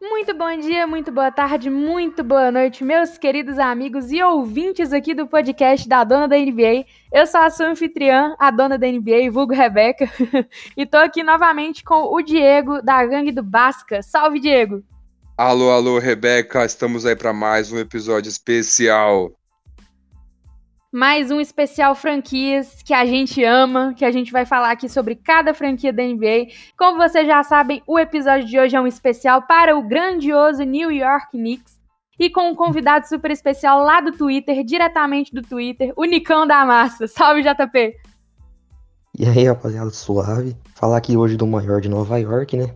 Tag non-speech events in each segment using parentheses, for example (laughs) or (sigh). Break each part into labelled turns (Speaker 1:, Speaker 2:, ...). Speaker 1: Muito bom dia, muito boa tarde, muito boa noite, meus queridos amigos e ouvintes aqui do podcast da Dona da NBA. Eu sou a sua anfitriã, a Dona da NBA, vulgo Rebeca, (laughs) e tô aqui novamente com o Diego, da Gangue do Basca. Salve, Diego!
Speaker 2: Alô, alô, Rebeca, estamos aí para mais um episódio especial.
Speaker 1: Mais um especial franquias que a gente ama, que a gente vai falar aqui sobre cada franquia da NBA. Como vocês já sabem, o episódio de hoje é um especial para o grandioso New York Knicks e com um convidado super especial lá do Twitter, diretamente do Twitter, o Nicão da Massa. Salve, JP!
Speaker 3: E aí, rapaziada, suave. Falar aqui hoje do maior de Nova York, né?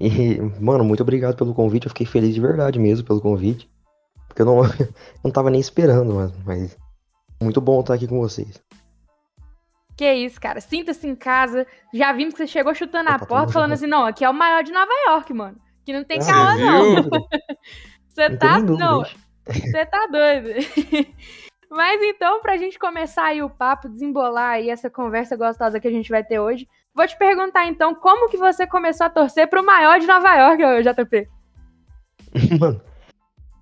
Speaker 3: E, mano, muito obrigado pelo convite. Eu fiquei feliz de verdade mesmo pelo convite. Porque eu não, (laughs) eu não tava nem esperando, mano. Mas muito bom estar aqui com vocês.
Speaker 1: Que isso, cara. Sinta-se em casa. Já vimos que você chegou chutando a
Speaker 3: Opa, tá
Speaker 1: porta,
Speaker 3: tamo
Speaker 1: falando
Speaker 3: junto.
Speaker 1: assim: não, aqui é o maior de Nova York, mano. Que não tem
Speaker 3: Ah,
Speaker 1: caô,
Speaker 2: você
Speaker 1: não.
Speaker 2: viu?
Speaker 1: (laughs) Você
Speaker 3: Não
Speaker 1: tá.
Speaker 3: tem dúvida,
Speaker 1: Não,
Speaker 3: hein?
Speaker 1: você tá doido. (laughs) Mas então, pra gente começar aí o papo, desembolar aí essa conversa gostosa que a gente vai ter hoje, vou te perguntar então como que você começou a torcer pro maior de Nova York, ô JP.
Speaker 3: Mano,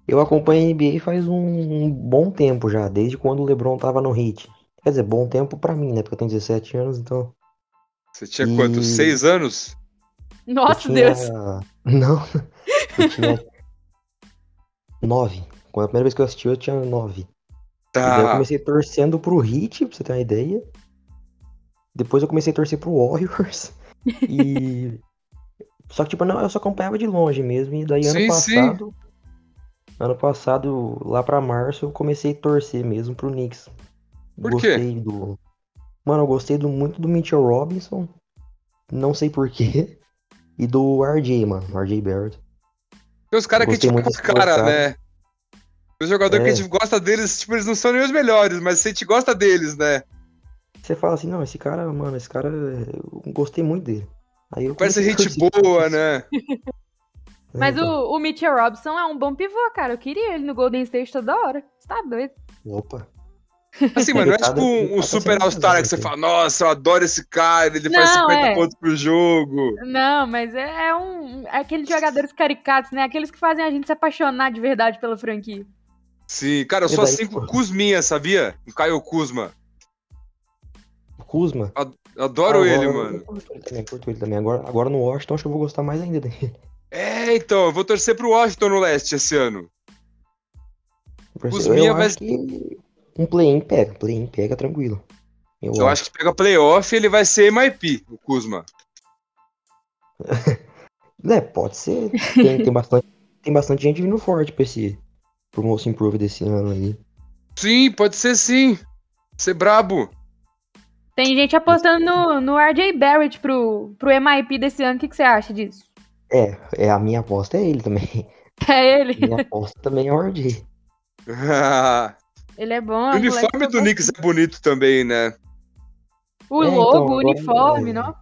Speaker 3: eu acompanho a NBA faz um, um bom tempo já, desde quando o LeBron tava no Heat. Quer dizer, bom tempo pra mim, né? Porque eu tenho 17 anos, então.
Speaker 2: Você tinha quanto?
Speaker 3: Hum.
Speaker 2: Seis anos?
Speaker 3: eu
Speaker 1: Nossa,
Speaker 3: tinha-
Speaker 1: Deus.
Speaker 3: (laughs) Não, eu tinha. 9. Quando a primeira vez que eu assisti, eu tinha 9. E daí Então eu
Speaker 2: Tá.
Speaker 3: comecei torcendo pro Heat, pra você ter uma ideia. Depois eu comecei a torcer pro
Speaker 2: (laughs)
Speaker 3: Warriors. E. só que, tipo, não, eu só acompanhava de longe mesmo. E daí ano
Speaker 2: Sim, sim.
Speaker 3: passado. Ano passado, lá pra março, eu comecei a torcer mesmo pro Knicks.
Speaker 2: Por quê?
Speaker 3: gostei do. Mano, eu gostei do, muito do Mitchell Robinson. Não sei porquê. E do RJ, mano. RJ Barrett.
Speaker 2: Tem uns caras que a
Speaker 3: Gostei
Speaker 2: gente
Speaker 3: muito
Speaker 2: os
Speaker 3: desse
Speaker 2: caras,
Speaker 3: comentário.
Speaker 2: né? Os jogadores que a
Speaker 3: É.
Speaker 2: gente gosta deles, tipo, eles não são nem os melhores, mas a gente gosta deles, né?
Speaker 3: Você fala assim, não, esse cara, mano, esse cara. Eu gostei muito dele. Aí eu
Speaker 2: Parece
Speaker 3: comecei a
Speaker 2: gente
Speaker 3: torcer pro
Speaker 2: boa,
Speaker 3: Knicks.
Speaker 2: né?
Speaker 3: É,
Speaker 1: Mas
Speaker 3: então.
Speaker 1: o, o Mitchell Robson é um bom pivô, cara. Eu queria ele no Golden State toda hora. Você tá doido.
Speaker 3: Opa.
Speaker 2: Assim, mano, não é
Speaker 3: Ele (laughs) tá
Speaker 2: tipo
Speaker 3: dando- ele
Speaker 2: um, um
Speaker 3: tá
Speaker 2: super
Speaker 3: sendo
Speaker 2: All-Star que você
Speaker 3: assim.
Speaker 2: fala, nossa, eu adoro esse cara, ele faz
Speaker 1: Não,
Speaker 2: 50
Speaker 1: é.
Speaker 2: pontos pro jogo.
Speaker 1: Não, mas é, é um. É aqueles jogadores caricatos, né? Aqueles que fazem a gente se apaixonar de verdade pela franquia.
Speaker 2: Sim, cara, eu
Speaker 3: E
Speaker 2: sou
Speaker 3: daí,
Speaker 2: assim com o
Speaker 3: pô?
Speaker 2: Kuzminha, sabia? O Caio Kuzma.
Speaker 3: Kuzma.
Speaker 2: Eu adoro
Speaker 3: Agora-
Speaker 2: ele, mano.
Speaker 3: Eu curto ele também, né? curto ele também. Agora, agora no Washington, acho que eu vou gostar mais ainda né? dele.
Speaker 2: É, então, eu vou torcer pro Washington no leste esse ano. Kuzminha
Speaker 3: assim, eu
Speaker 2: vai-
Speaker 3: acho que um play-in pega. Play-in pega tranquilo. Eu,
Speaker 2: Eu acho que pega playoff ele vai ser MIP, o Kuzma.
Speaker 3: É, pode ser. Tem, tem, bastante, tem bastante gente vindo forte pra esse... Pro Most Improved desse ano aí.
Speaker 2: Sim, pode ser sim. Ser brabo. (laughs)
Speaker 1: Tem gente apostando no, no RJ Barrett pro, pro MIP desse ano. O que, que você acha disso? (laughs)
Speaker 3: É, é, a minha aposta é ele também. (laughs)
Speaker 1: É ele.
Speaker 3: Minha aposta também é o RJ.
Speaker 1: Ele é bom.
Speaker 2: o
Speaker 1: é um moleque
Speaker 2: uniforme
Speaker 1: que eu
Speaker 2: do Knicks é bonito também, né?
Speaker 1: gosto. O
Speaker 3: É, então,
Speaker 1: logo, o
Speaker 3: agora-
Speaker 1: uniforme,
Speaker 3: é.
Speaker 1: não?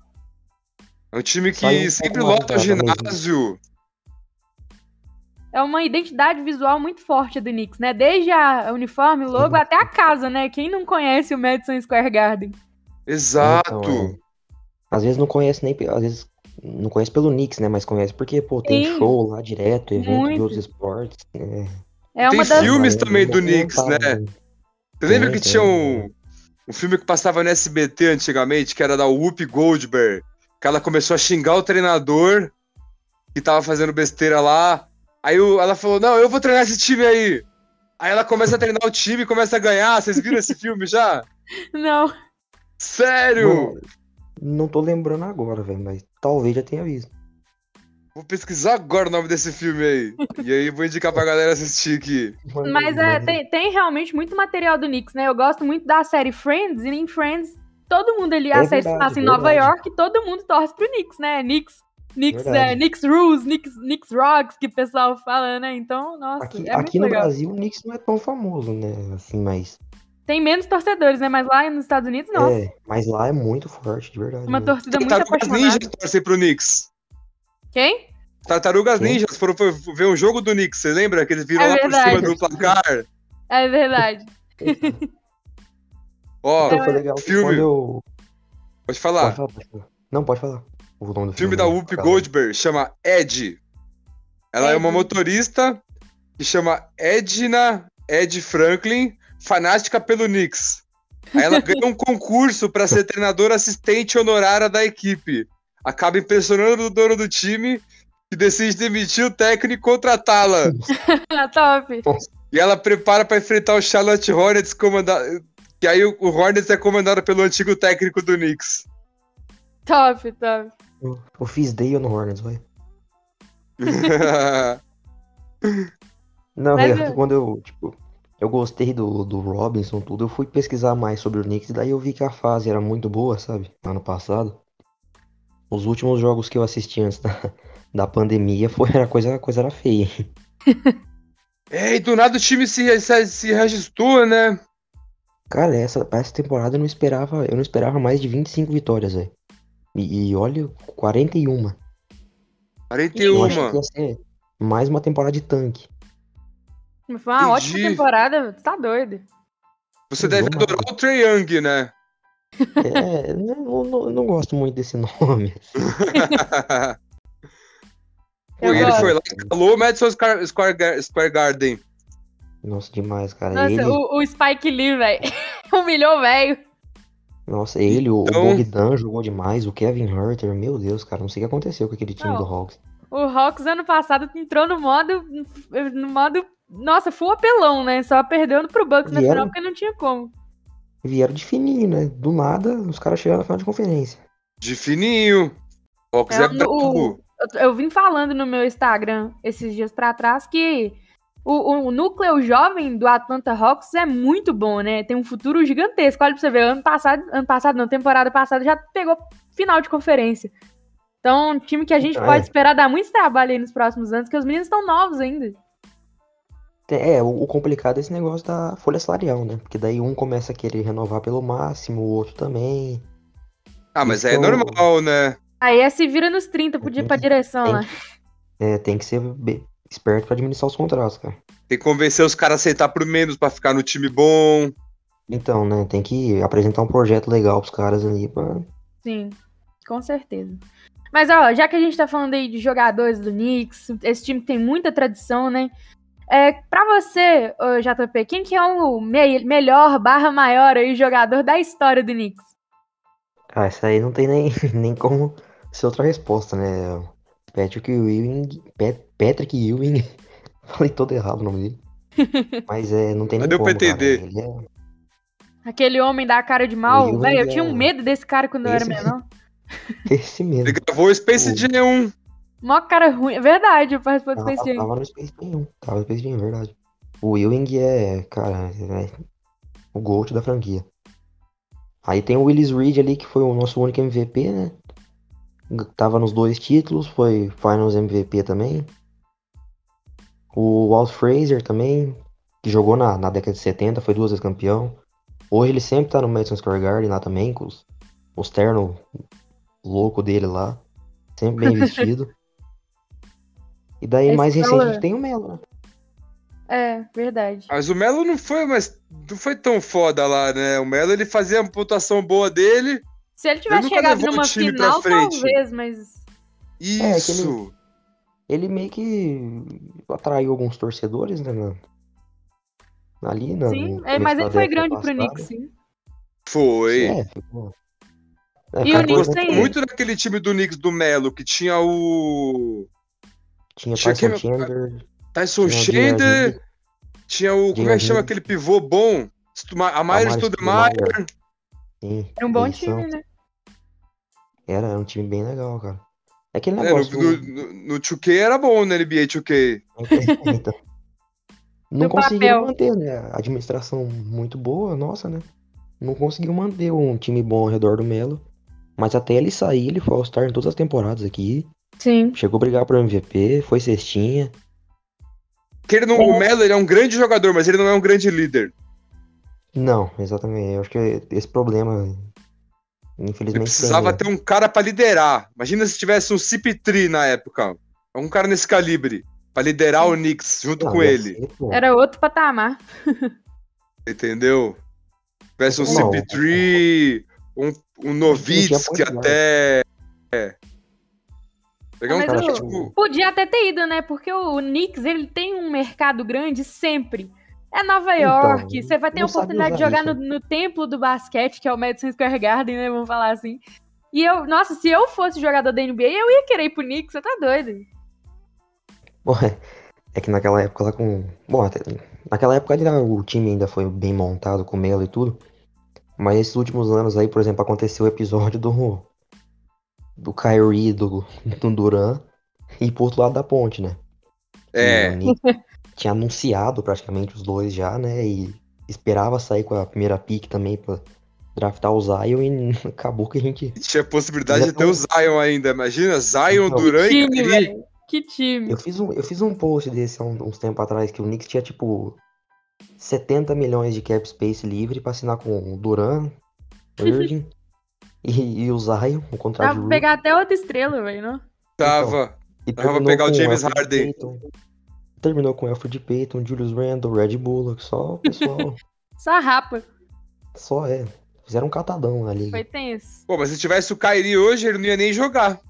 Speaker 2: É um time que
Speaker 3: Sai um
Speaker 2: sempre
Speaker 3: pouco mais
Speaker 2: lota o
Speaker 3: de né? cada vez,
Speaker 2: ginásio.
Speaker 1: É uma identidade visual muito forte do Knicks, né? Desde a o uniforme, o logo,
Speaker 3: Sim.
Speaker 1: até a casa, né? Quem não conhece o Madison Square Garden?
Speaker 2: Exato.
Speaker 3: Então, é. Às vezes não conhece nem... pe- Às vezes não conhece pelo Knicks, né? Mas conhece porque, pô, tem
Speaker 1: Sim.
Speaker 3: show lá direto, evento
Speaker 1: Muito.
Speaker 3: de outros esportes. né?
Speaker 1: É
Speaker 2: Tem
Speaker 1: uma das.
Speaker 2: filme? Filmes
Speaker 3: Mas
Speaker 2: também
Speaker 3: não
Speaker 2: do
Speaker 3: tem
Speaker 2: Knicks, né?
Speaker 3: vontade.
Speaker 2: Você lembra que
Speaker 3: é. Tem,
Speaker 2: tinha
Speaker 3: tem.
Speaker 2: um, um filme que passava no SBT antigamente, que era da Whoopi Goldberg, que ela começou a xingar o treinador que tava fazendo besteira lá. Aí o- ela falou, não, eu vou treinar esse time aí. Aí ela começa a treinar o time e começa a ganhar. Vocês viram
Speaker 3: (laughs)
Speaker 2: esse filme já?
Speaker 1: (laughs) Não.
Speaker 2: Sério!
Speaker 3: Mano, não tô lembrando agora, velho, mas talvez já tenha visto.
Speaker 2: Vou pesquisar agora o nome desse filme aí. E aí vou indicar pra galera assistir aqui.
Speaker 3: Mano,
Speaker 1: Mas é,
Speaker 3: mano,
Speaker 1: tem, tem realmente muito material do Knicks, né? Eu gosto muito da série Friends, e em Friends, todo mundo ali,
Speaker 3: É
Speaker 1: a série se
Speaker 3: verdade,
Speaker 1: passa em
Speaker 3: verdade.
Speaker 1: Nova York, todo mundo torce pro Knicks, né? Knicks, Knicks,
Speaker 3: Verdade.
Speaker 1: é, Knicks Rules, Knicks, Knicks Rocks, que o pessoal fala, né? Então, nossa,
Speaker 3: Aqui,
Speaker 1: é muito
Speaker 3: aqui no
Speaker 1: legal.
Speaker 3: Brasil, o Knicks não é tão famoso, né? Assim, mas.
Speaker 1: Tem menos torcedores, né? Mas lá nos Estados Unidos, nossa,
Speaker 3: É, mas lá é muito forte, de verdade.
Speaker 1: uma
Speaker 3: né?
Speaker 1: torcida muito
Speaker 2: Tartarugas
Speaker 1: apaixonada.
Speaker 2: Ninjas torcem pro Knicks.
Speaker 1: Quem?
Speaker 2: Tartarugas
Speaker 3: Quem?
Speaker 2: Ninjas foram foi ver um jogo do Knicks, você lembra? Que eles viram
Speaker 1: É
Speaker 2: lá por cima
Speaker 1: verdade.
Speaker 2: do placar.
Speaker 1: É verdade. (laughs)
Speaker 2: Ó,
Speaker 1: É.
Speaker 3: Então, foi legal.
Speaker 2: filme. Tá.
Speaker 3: Quando eu...
Speaker 2: Pode
Speaker 3: pode,
Speaker 2: falar.
Speaker 3: é falar, pode falar. Não, pode falar. O nome do
Speaker 2: O filme da Whoop Goldberg chama Ed. Ela é uma motorista que chama Edna Ed Franklin, fanática pelo Knicks. Aí ela ganha um concurso para ser treinadora assistente honorária da equipe. Acaba impressionando o dono do time, que decide demitir o técnico e contratá-la.
Speaker 1: Ah, Top.
Speaker 2: E ela prepara para enfrentar o Charlotte Hornets, comanda... que aí o Hornets é comandado pelo antigo técnico do Knicks. (laughs)
Speaker 1: Top, top.
Speaker 3: Eu, eu fiz Dale no Hornets, vai. Não,
Speaker 1: Mas é.
Speaker 3: velho,
Speaker 1: eu-
Speaker 3: quando eu, tipo, eu gostei do, do Robinson, tudo, eu fui pesquisar mais sobre o Knicks, daí eu vi que a fase era muito boa, sabe? Ano passado. Os últimos jogos que eu assisti antes da, (laughs) da pandemia foi, era coisa, a coisa era feia. (laughs)
Speaker 2: É, e do nada o time se, se, se registrou, né?
Speaker 3: Cara, essa, essa temporada eu não esperava, eu não esperava mais de 25 vitórias, velho. E, e olha, 41. Eu achei que
Speaker 2: 41.
Speaker 3: ia ser mais uma temporada de tanque.
Speaker 1: Foi uma ótima
Speaker 2: Entendi.
Speaker 1: temporada, tu tá doido.
Speaker 2: Você deve
Speaker 3: Vamos lá.
Speaker 2: adorar o Trae Young, né? (laughs)
Speaker 3: É, (laughs) eu não, não, não gosto muito desse (laughs) nome.
Speaker 2: Pô, e
Speaker 1: Eu
Speaker 2: ele
Speaker 1: gosto.
Speaker 2: foi lá e calou o Madison Scar- Square Gar- Square Garden.
Speaker 3: Nossa, demais, cara.
Speaker 1: Nossa,
Speaker 3: É ele,
Speaker 1: o, o Spike Lee, velho. (laughs) Humilhou, o velho.
Speaker 3: nossa, ele, o-
Speaker 2: Então-
Speaker 3: o Bogdan jogou demais, o Kevin Herter, meu Deus, cara, não sei o que aconteceu com aquele time
Speaker 1: Não.
Speaker 3: do Hawks.
Speaker 1: O Hawks ano passado entrou no modo. No modo. Nossa, foi um apelão, né? Só perdeu no- pro Bucks na
Speaker 3: E era- um
Speaker 1: final porque não tinha como.
Speaker 3: Vieram de fininho, né? Do nada, os caras chegaram na final de conferência.
Speaker 2: De fininho. Fox
Speaker 1: É,
Speaker 2: é
Speaker 1: o-
Speaker 2: brabo.
Speaker 1: Eu, eu vim falando no meu Instagram esses dias pra trás que o, o núcleo jovem do Atlanta Hawks é muito bom, né? Tem um futuro gigantesco. Olha pra você ver, ano passado, ano passado não, temporada passada já pegou final de conferência. Então, um time que a gente
Speaker 3: Então,
Speaker 1: pode
Speaker 3: é.
Speaker 1: esperar dar muito trabalho aí nos próximos anos, porque os meninos estão novos ainda.
Speaker 3: É, o, o complicado é esse negócio da folha salarial, né? Porque daí um começa a querer renovar pelo máximo, o outro também.
Speaker 2: Ah, mas aí é
Speaker 3: Então-
Speaker 2: normal, né?
Speaker 1: Aí é se vira nos 30, podia ir pra direção né? lá.
Speaker 3: É, tem que ser be- esperto pra administrar os contratos, cara.
Speaker 2: Tem que convencer os caras a aceitar por menos pra ficar no time bom.
Speaker 3: Então, né, tem que apresentar um projeto legal pros caras ali pra...
Speaker 1: Sim, com certeza. Mas, ó, já que a gente tá falando aí de jogadores do Knicks, esse time que tem muita tradição, né? É, pra você, ô, JP, quem que é o me- melhor barra maior aí jogador da história do Knicks?
Speaker 3: Ah, isso aí não tem nem, (laughs) nem como ser outra resposta, né? Patrick Ewing. Pat- Patrick Ewing. (laughs) Falei todo errado o nome dele. Mas é, não tem
Speaker 2: Mas
Speaker 3: nem
Speaker 2: deu
Speaker 3: como,
Speaker 2: pra entender.
Speaker 3: cara. Ele é-
Speaker 1: Aquele homem da cara de mal?
Speaker 3: Will
Speaker 1: Véi, eu
Speaker 3: é-
Speaker 1: tinha um medo desse cara quando eu era
Speaker 3: Esse-
Speaker 1: menor.
Speaker 3: é esse mesmo.
Speaker 2: Ele gravou o Space
Speaker 3: O-
Speaker 2: Jam 1.
Speaker 1: Mó cara ruim. É verdade, eu participei do
Speaker 3: Tava,
Speaker 1: Space Jam.
Speaker 3: tava no Space Jam 1. Tava no Space Jam, é verdade. O Ewing é, cara, é o GOAT da franquia. Aí tem o Willis Reed ali, que foi o nosso único MVP, né? G- Tava nos dois títulos, foi Finals MVP também. O Walt Fraser também, que jogou na, na década de 70, foi duas vezes campeão. Hoje ele sempre tá no Madison Square Garden lá também, com os, os terno louco dele lá. Sempre
Speaker 1: (laughs)
Speaker 3: bem vestido. E daí,
Speaker 1: Esse
Speaker 3: mais recente,
Speaker 1: fala-
Speaker 3: a gente tem o Melo, né?
Speaker 1: É, verdade.
Speaker 2: Mas o Melo não foi, mas não foi tão foda lá, né? O Melo ele fazia uma pontuação boa dele.
Speaker 1: Se ele tivesse
Speaker 2: nunca
Speaker 1: chegado
Speaker 2: levou o
Speaker 1: numa
Speaker 2: time pra
Speaker 1: final,
Speaker 2: frente.
Speaker 1: talvez, mas.
Speaker 3: aquele-
Speaker 2: Isso.
Speaker 3: Ele meio que atraiu alguns torcedores, né? na- Ali, na,
Speaker 1: Sim,
Speaker 3: no
Speaker 1: é, mas
Speaker 3: começo
Speaker 1: ele
Speaker 3: da
Speaker 1: foi
Speaker 3: década
Speaker 1: grande pro
Speaker 3: passada.
Speaker 1: Knicks, sim.
Speaker 2: Foi.
Speaker 3: É, ficou. É,
Speaker 1: E o
Speaker 3: cara,
Speaker 1: Knicks
Speaker 3: por
Speaker 2: Gostei
Speaker 1: tem-
Speaker 3: exemplo,
Speaker 2: muito daquele time do Knicks do Melo, que tinha o
Speaker 3: Tinha
Speaker 2: Tinha
Speaker 3: Tyson
Speaker 2: que-
Speaker 3: Chandler,
Speaker 2: Tyson
Speaker 3: tinha o
Speaker 2: Shander,
Speaker 3: Diaz-
Speaker 2: tinha o. Como é que
Speaker 3: Diaz-
Speaker 2: chama aquele pivô bom? Stuma- Amari
Speaker 3: Amari
Speaker 2: Stoudemire.
Speaker 3: Stoudemire. Sim,
Speaker 1: Era um bom
Speaker 3: eles
Speaker 1: time,
Speaker 3: são-
Speaker 1: né?
Speaker 3: Era um time bem legal, cara. É aquele
Speaker 2: É, no,
Speaker 3: negócio.
Speaker 2: no, no, no 2K era bom na NBA 2K.
Speaker 3: não- (laughs) então,
Speaker 1: No
Speaker 3: não conseguiram
Speaker 1: papel.
Speaker 3: manter, né? A administração muito boa, nossa, né? Não conseguiu manter um time bom ao redor do Melo. Mas até ele sair, ele foi All-Star em todas as temporadas aqui.
Speaker 1: Sim.
Speaker 3: Chegou a brigar pro MVP, foi cestinha.
Speaker 2: Que ele não, o Melo ele é um grande jogador, mas ele não é um grande líder.
Speaker 3: Não, exatamente. Eu acho que esse problema,
Speaker 2: Ele
Speaker 3: infelizmente. é-
Speaker 2: precisava
Speaker 3: tem,
Speaker 2: ter um cara pra liderar. Imagina se tivesse um Cipitri na época. Um cara nesse calibre. Pra liderar o Knicks junto
Speaker 3: Não,
Speaker 2: com
Speaker 3: ia
Speaker 2: ele.
Speaker 3: ser, pô.
Speaker 1: Era outro patamar.
Speaker 2: Entendeu? Tivesse um
Speaker 3: Não.
Speaker 2: CP3, um, um Novitsky é.
Speaker 3: quantidade.
Speaker 2: até. Pegar um
Speaker 1: Ah, Mas
Speaker 2: cara,
Speaker 1: o-
Speaker 2: tipo.
Speaker 1: Podia até ter ido, né? Porque o Knicks, ele tem um mercado grande sempre. É Nova York, você vai ter a
Speaker 3: Então, não sabia
Speaker 1: oportunidade de
Speaker 3: usar
Speaker 1: jogar no,
Speaker 3: isso.
Speaker 1: no templo do basquete, que é o Madison Square Garden, né? Vamos falar assim. E eu, nossa, se eu fosse jogador da NBA, eu ia querer ir pro Knicks, você tá doido.
Speaker 3: Bom, é, é que naquela época lá com. Bom, até- naquela época ali, né, o time ainda foi bem montado com o Melo e tudo. Mas esses últimos anos aí, por exemplo, aconteceu o episódio do. Do Kyrie, do, do Duran e pro outro lado da ponte, né? E
Speaker 2: É.
Speaker 3: o Knicks tinha anunciado praticamente os dois já, né? E esperava sair com a primeira pick também pra draftar o Zion e (laughs) acabou que a gente.
Speaker 2: Tinha possibilidade de ter o Zion ainda. Imagina, Zion,
Speaker 3: Então,
Speaker 2: Duran e
Speaker 1: time,
Speaker 2: Kyrie.
Speaker 1: velho. Que time.
Speaker 3: Eu fiz um, eu fiz um post desse há um- uns tempos atrás que o Knicks tinha tipo 70 milhões de cap space livre pra assinar com
Speaker 1: (laughs)
Speaker 3: o Duran, Irving e, e o Zion, o contrato
Speaker 1: Dá
Speaker 3: de
Speaker 1: pra
Speaker 3: Ruth,
Speaker 1: pegar até outra estrela, velho, não?
Speaker 2: Tava.
Speaker 3: e
Speaker 2: dava pra
Speaker 3: terminou
Speaker 2: pegar o
Speaker 3: com
Speaker 2: James
Speaker 3: Alfred
Speaker 2: Harden.
Speaker 3: Payton. terminou com Alfred Payton, Julius Randle, Red Bullock, só o pessoal, (laughs)
Speaker 1: Sarrapa.
Speaker 3: só é. Fizeram um catadão na liga.
Speaker 1: Foi tenso.
Speaker 2: Pô, mas se tivesse o Kyrie hoje, ele não ia nem jogar.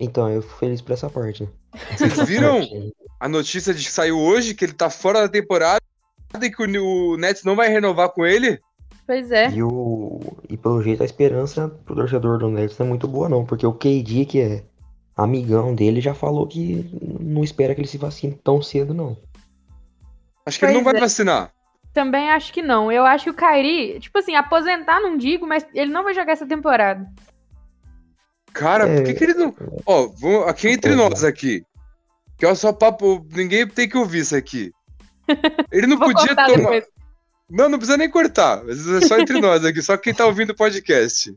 Speaker 3: Então, eu fui feliz por essa parte. né?
Speaker 2: Vocês viram
Speaker 3: Parte, né?
Speaker 2: a notícia de que saiu hoje que ele tá fora da temporada e que o, o Nets não vai renovar com ele?
Speaker 1: Pois é.
Speaker 3: E, o, e pelo jeito a esperança pro torcedor do Nets não é muito boa não, porque o KD, que é amigão dele, já falou que não espera que ele se vacine tão cedo não.
Speaker 2: Acho que ele
Speaker 1: Pois
Speaker 2: não vai
Speaker 1: é.
Speaker 2: vacinar.
Speaker 1: Também acho que não. Eu acho que o Kairi, tipo assim, aposentar não digo, mas ele não vai jogar essa temporada.
Speaker 2: Cara, por
Speaker 3: É.
Speaker 2: que, que ele não. Ó, vamos- aqui entre nós aqui. Que é só papo. Ninguém tem que ouvir
Speaker 1: (laughs)
Speaker 2: isso aqui. Ele não
Speaker 1: Vou
Speaker 2: podia
Speaker 1: cortar
Speaker 2: tomar.
Speaker 1: depois.
Speaker 2: Não, não precisa nem cortar. Mas é só entre nós aqui, só quem tá ouvindo o podcast.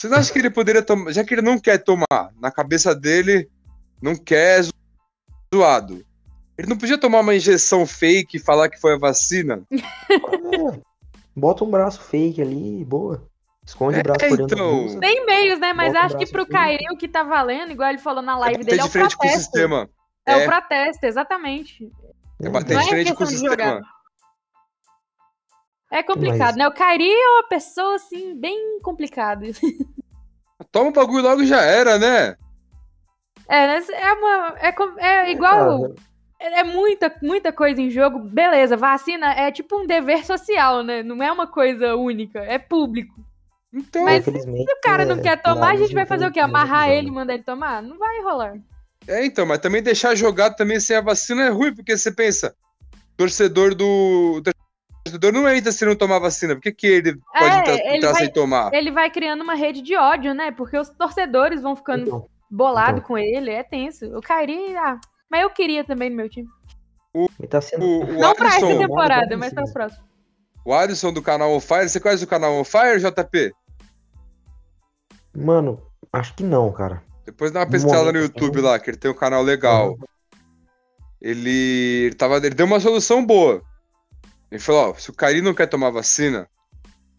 Speaker 2: Vocês acham que ele poderia tomar. Já que ele não quer tomar, na cabeça dele, não quer zo- zoado. Ele não podia tomar uma injeção fake e falar que foi a vacina?
Speaker 3: É, bota um braço fake ali, boa. Esconde o braço
Speaker 2: É,
Speaker 3: por dentro
Speaker 2: então.
Speaker 3: da blusa.
Speaker 1: Tem meios, né? Mas
Speaker 3: Bota o
Speaker 1: acho que
Speaker 3: braço assim.
Speaker 1: pro
Speaker 3: aqui.
Speaker 1: Kairi o que tá valendo, igual ele falou na live
Speaker 2: é bater
Speaker 1: dele, é
Speaker 2: de
Speaker 1: o
Speaker 2: frente com o
Speaker 1: protesto.
Speaker 2: sistema.
Speaker 1: É
Speaker 2: É.
Speaker 1: o protesto, exatamente.
Speaker 2: É
Speaker 3: É,
Speaker 2: bater
Speaker 1: Não
Speaker 2: de
Speaker 1: é
Speaker 2: frente com o
Speaker 1: questão de jogar.
Speaker 2: sistema.
Speaker 1: É complicado,
Speaker 3: Mas-
Speaker 1: né? O Kairi é uma pessoa, assim, bem complicada. (laughs)
Speaker 2: Toma o bagulho logo e já era, né?
Speaker 1: É, né? É, uma, é, com- é igual.
Speaker 3: Ah,
Speaker 1: É muita, muita coisa em jogo. Beleza, vacina é tipo um dever social, né? Não é uma coisa única, é público.
Speaker 2: Então,
Speaker 1: Mas
Speaker 3: infelizmente,
Speaker 1: Se o cara não
Speaker 3: é,
Speaker 1: quer tomar, a gente vai
Speaker 3: não
Speaker 1: fazer o quê?
Speaker 3: tem
Speaker 1: Amarrar
Speaker 3: televisão,
Speaker 1: ele e
Speaker 3: né?
Speaker 1: mandar ele tomar? Não vai rolar.
Speaker 2: É, então, mas também deixar jogar também sem a vacina é ruim, porque você pensa, torcedor do. Torcedor não entra se não tomar vacina. Por que, que ele pode
Speaker 1: É,
Speaker 2: entrar,
Speaker 1: ele
Speaker 2: entrar
Speaker 1: vai-
Speaker 2: sem tomar?
Speaker 1: Ele vai criando uma rede de ódio, né? Porque os torcedores vão ficando
Speaker 3: Então,
Speaker 1: bolados
Speaker 3: então.
Speaker 1: com ele, é tenso. O Kairi, ah, mas eu queria também no meu time.
Speaker 3: ele tá sendo...
Speaker 2: O, o
Speaker 1: não pra essa
Speaker 2: Alisson,
Speaker 3: tempo-
Speaker 1: temporada,
Speaker 3: nada
Speaker 1: mas
Speaker 3: disso,
Speaker 1: para
Speaker 3: né?
Speaker 1: as próximas.
Speaker 2: o Alisson do canal On Fire, você conhece o canal On Fire, JP?
Speaker 3: Mano, acho que não, cara.
Speaker 2: Depois dá uma pesquisada no
Speaker 3: Momento,
Speaker 2: YouTube
Speaker 3: sim.
Speaker 2: lá, que ele tem um canal legal. Ele, ele, tava, ele deu uma solução boa. Ele falou: ó, se o Cari não quer tomar vacina,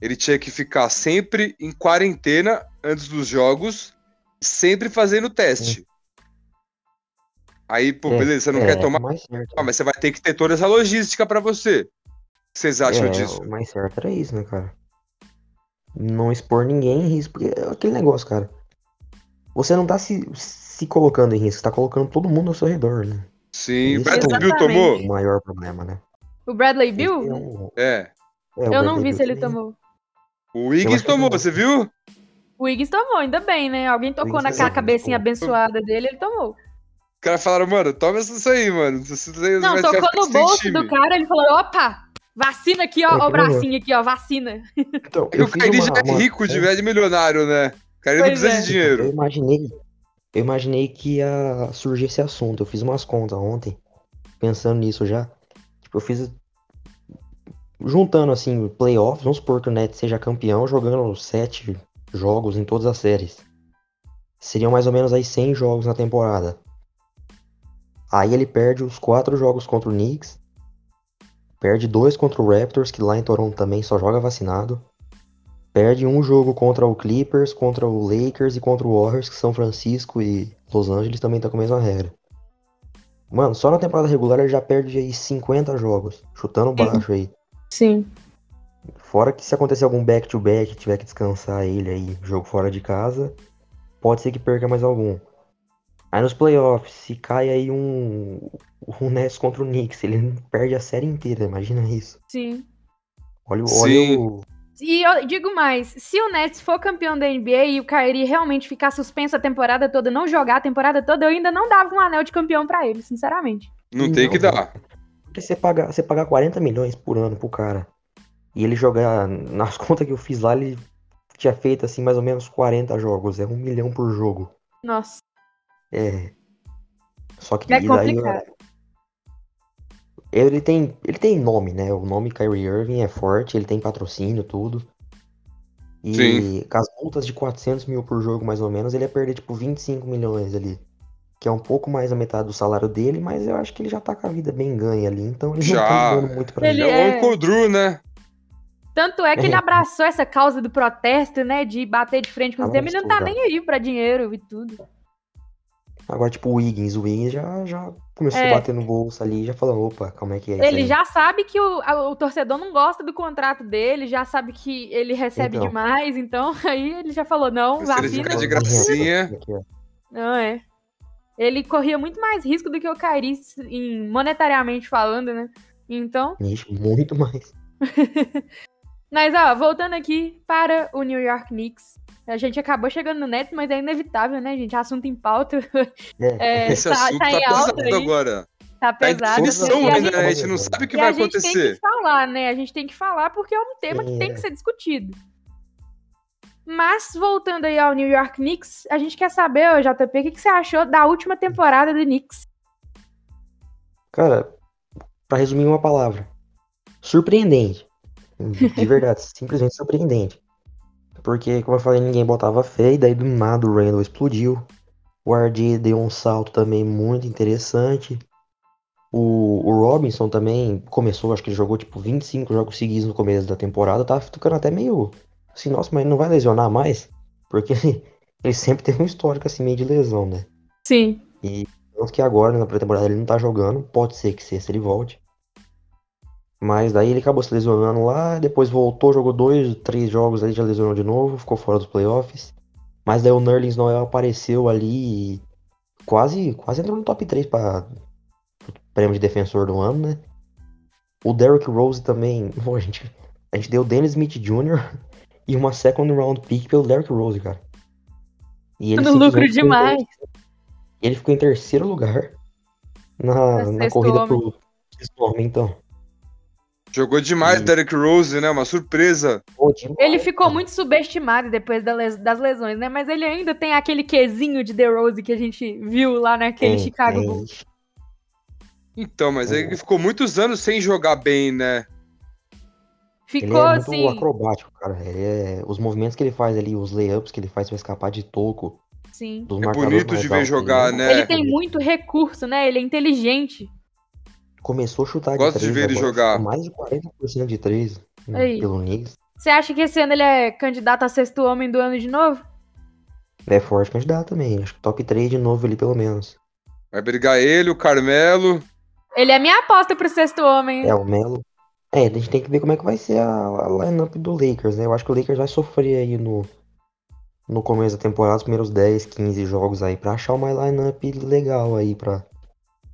Speaker 2: ele tinha que ficar sempre em quarentena antes dos jogos, sempre fazendo teste. Aí, pô,
Speaker 3: É,
Speaker 2: beleza, você não
Speaker 3: é,
Speaker 2: quer tomar, Tá ah,
Speaker 3: mais certo.
Speaker 2: mas você vai ter que ter toda essa logística pra você. O que vocês acham
Speaker 3: é,
Speaker 2: disso?
Speaker 3: O mais certo era isso, né, cara? Não expor ninguém em risco, porque é aquele negócio, cara. Você não tá se, se colocando em risco, você tá colocando todo mundo ao seu redor, né?
Speaker 2: Sim, o
Speaker 3: isso.
Speaker 2: Bradley Bill
Speaker 1: Exatamente.
Speaker 2: tomou?
Speaker 3: O maior problema, né?
Speaker 1: O Bradley
Speaker 3: Esse é
Speaker 1: Bill?
Speaker 3: o-
Speaker 2: É.
Speaker 3: é, o
Speaker 1: Eu não
Speaker 3: Bradley
Speaker 1: vi
Speaker 3: Bill
Speaker 1: se ele
Speaker 3: também.
Speaker 1: tomou.
Speaker 2: O
Speaker 3: Eu acho
Speaker 2: Wiggins
Speaker 3: que eu
Speaker 2: tomou,
Speaker 3: não.
Speaker 2: você viu?
Speaker 1: O Iggs tomou, ainda bem, né? Alguém tocou
Speaker 3: Wiggins é
Speaker 1: naquela
Speaker 3: tomou.
Speaker 1: cabecinha abençoada dele, ele tomou.
Speaker 2: Os caras falaram, mano, toma isso aí, mano. Se Você você
Speaker 1: Não,
Speaker 2: vai
Speaker 1: tocou
Speaker 2: ficar
Speaker 1: no
Speaker 2: sem
Speaker 1: bolso
Speaker 2: time.
Speaker 1: do cara, ele falou: opa, vacina aqui, ó,
Speaker 3: É,
Speaker 1: ó o
Speaker 3: que legal.
Speaker 1: bracinho aqui, ó, vacina.
Speaker 3: Então,
Speaker 2: É que
Speaker 3: eu
Speaker 2: o
Speaker 3: fiz
Speaker 2: Kyrie
Speaker 3: uma-
Speaker 2: já é
Speaker 3: uma-
Speaker 2: rico, de, é de milionário, né? O Kyrie não
Speaker 1: Pois é.
Speaker 2: precisa de dinheiro.
Speaker 3: Eu imaginei, eu imaginei que ia surgir esse assunto. Eu fiz umas contas ontem, pensando nisso já. Tipo, eu fiz. Juntando assim, playoffs, vamos supor que o Nets seja campeão jogando sete jogos em todas as séries. Seriam mais ou menos aí 100 jogos na temporada. Aí ele perde os quatro jogos contra o Knicks. Perde dois contra o Raptors, que lá em Toronto também só joga vacinado. Perde um jogo contra o Clippers, contra o Lakers e contra o Warriors, que São Francisco e Los Angeles também tá com a mesma regra. Mano, só na temporada regular ele já perde aí 50 jogos, chutando baixo aí.
Speaker 1: Sim.
Speaker 3: Fora que se acontecer algum back-to-back, tiver que descansar ele aí, jogo fora de casa, pode ser que perca mais algum. Aí nos playoffs, se cai aí um, um Nets contra o Knicks, ele perde a série inteira, imagina isso.
Speaker 1: Sim.
Speaker 3: Olha, o-
Speaker 2: Sim.
Speaker 3: olha o.
Speaker 1: E eu digo mais, se o Nets for campeão da NBA e o Kyrie realmente ficar suspenso a temporada toda, não jogar a temporada toda, eu ainda não dava um anel de campeão pra ele, sinceramente.
Speaker 2: Não tem
Speaker 3: Não.
Speaker 2: que dar.
Speaker 3: Porque você pagar você pagar 40 milhões por ano pro cara e ele jogar. Nas (laughs) contas que eu fiz lá, ele tinha feito assim mais ou menos 40 jogos. É um milhão por jogo.
Speaker 1: Nossa,
Speaker 3: É. Só que
Speaker 1: é
Speaker 3: e daí,
Speaker 1: complicado.
Speaker 3: ele tem, ele tem nome, né? O nome Kyrie Irving é forte, ele tem patrocínio, tudo. E
Speaker 2: Sim.
Speaker 3: com as multas de 400 mil por jogo, mais ou menos, ele ia perder tipo 25 milhões ali. Que é um pouco mais a metade do salário dele, mas eu acho que ele já tá com a vida bem ganha ali, então ele não
Speaker 2: Já.
Speaker 3: tá ligando muito pra
Speaker 1: Ele
Speaker 2: É
Speaker 3: ele.
Speaker 2: o
Speaker 1: é-
Speaker 2: Uncle Drew, né?
Speaker 1: Tanto é que ele
Speaker 3: É.
Speaker 1: abraçou essa causa do protesto, né, de bater de frente com os
Speaker 3: Ah,
Speaker 1: demais, ele não tá
Speaker 3: vamos
Speaker 1: nem aí pra dinheiro e tudo.
Speaker 3: Agora, tipo, o Wiggins, o Wiggins já, já começou
Speaker 1: É.
Speaker 3: a bater no bolso ali, já falou, opa, como é que é isso
Speaker 1: Ele
Speaker 3: aí?
Speaker 1: já sabe que o, a- o torcedor não gosta do contrato dele, já sabe que ele recebe
Speaker 3: Então.
Speaker 1: demais, então (laughs) aí ele já falou, não,
Speaker 2: Se ele
Speaker 1: vacina.
Speaker 2: fica de gracinha.
Speaker 3: Aqui, ó.
Speaker 1: Não é. Ele corria muito mais risco do que o Kairi, em monetariamente falando, né? Então,
Speaker 3: Ixi, muito mais.
Speaker 1: mas ó, voltando aqui para o New York Knicks. A gente acabou chegando no Nets, mas é inevitável, né, gente? Assunto em pauta. (laughs)
Speaker 3: É,
Speaker 1: É,
Speaker 2: Esse
Speaker 1: tá,
Speaker 2: assunto
Speaker 1: tá
Speaker 2: tá,
Speaker 1: em alta
Speaker 2: pesado
Speaker 1: aí,
Speaker 2: agora.
Speaker 1: tá
Speaker 2: Tá em
Speaker 1: pesado.
Speaker 2: discussão
Speaker 1: e a
Speaker 2: ainda,
Speaker 1: gente,
Speaker 2: né? A gente não sabe o que
Speaker 1: e a
Speaker 2: vai
Speaker 1: gente tem que
Speaker 2: acontecer.
Speaker 1: falar, né? A gente tem que falar porque é um tema que
Speaker 3: Sim,
Speaker 1: tem
Speaker 3: é.
Speaker 1: que ser discutido. Mas, voltando aí ao New York Knicks, a gente quer saber, ô, JP, o que que você achou da última temporada do Knicks?
Speaker 3: Cara, pra resumir em uma palavra, surpreendente. De verdade, (laughs) simplesmente surpreendente. Porque, como eu falei, ninguém botava fé, e daí do nada o Randall explodiu. O RD deu um salto também muito interessante. O, o Robinson também começou, acho que ele jogou tipo 25 jogos seguidos no começo da temporada, tava ficando até meio assim, nossa, mas ele não vai lesionar mais? Porque (laughs) ele, ele sempre teve um histórico assim meio de lesão, né?
Speaker 1: Sim.
Speaker 3: Tanto que agora, na pré-temporada, ele não tá jogando. Pode ser que sexta ele volte. Mas daí ele acabou se lesionando lá. Depois voltou, jogou dois, três jogos aí, já lesionou de novo. Ficou fora dos playoffs. Mas daí o Nerlens Noel apareceu ali e quase, quase entrou no top 3 para prêmio de defensor do ano, né? O Derrick Rose também. (laughs) Pô, a, gente, a gente deu o Dennis Smith Jr. (laughs) e uma second round pick pelo Derrick Rose, cara. E
Speaker 1: No lucro
Speaker 3: simplesmente foi o
Speaker 1: demais.
Speaker 3: e ele ficou em terceiro lugar
Speaker 1: Pra
Speaker 3: na, na
Speaker 1: sexto
Speaker 3: corrida
Speaker 1: homem.
Speaker 3: pro sexto homem, então.
Speaker 2: Jogou demais
Speaker 3: E-
Speaker 2: Derrick Rose, né? Uma surpresa.
Speaker 3: Pô, demais,
Speaker 1: Ele ficou
Speaker 3: cara.
Speaker 1: muito subestimado depois da les- das lesões, né? Mas ele ainda tem aquele quezinho de The Rose que a gente viu lá naquele
Speaker 3: Tem,
Speaker 1: Chicago
Speaker 3: tem.
Speaker 1: Bulls.
Speaker 2: Então, mas
Speaker 3: É.
Speaker 2: ele ficou muitos anos sem jogar bem, né?
Speaker 3: Ele
Speaker 1: Ficou
Speaker 3: é muito
Speaker 1: assim.
Speaker 3: acrobático, cara. Ele é- Os movimentos que ele faz ali, os layups que ele faz pra escapar de toco.
Speaker 1: Sim.
Speaker 3: Dos
Speaker 2: É
Speaker 3: marcadores
Speaker 2: bonito
Speaker 3: mais
Speaker 2: de ver
Speaker 3: altos,
Speaker 2: jogar, né?
Speaker 1: Ele tem muito recurso, né? Ele é inteligente.
Speaker 3: Começou a chutar de
Speaker 2: Gosto de
Speaker 3: três
Speaker 2: ver ele
Speaker 3: tá agora,
Speaker 2: jogar.
Speaker 3: chutou Mais de 40% de três né,
Speaker 1: Aí.
Speaker 3: pelo Knicks.
Speaker 1: Você acha que esse ano ele é candidato a sexto homem do ano de novo?
Speaker 3: É forte candidato também. Acho que top 3 de novo ali, pelo menos.
Speaker 2: Vai brigar ele, o Carmelo.
Speaker 1: Ele é minha aposta pro sexto homem.
Speaker 3: É, o Melo. É, a gente tem que ver como é que vai ser a, a lineup do Lakers, né? Eu acho que o Lakers vai sofrer aí no, no começo da temporada, os primeiros 10, 15 jogos aí, pra achar uma lineup legal aí pra.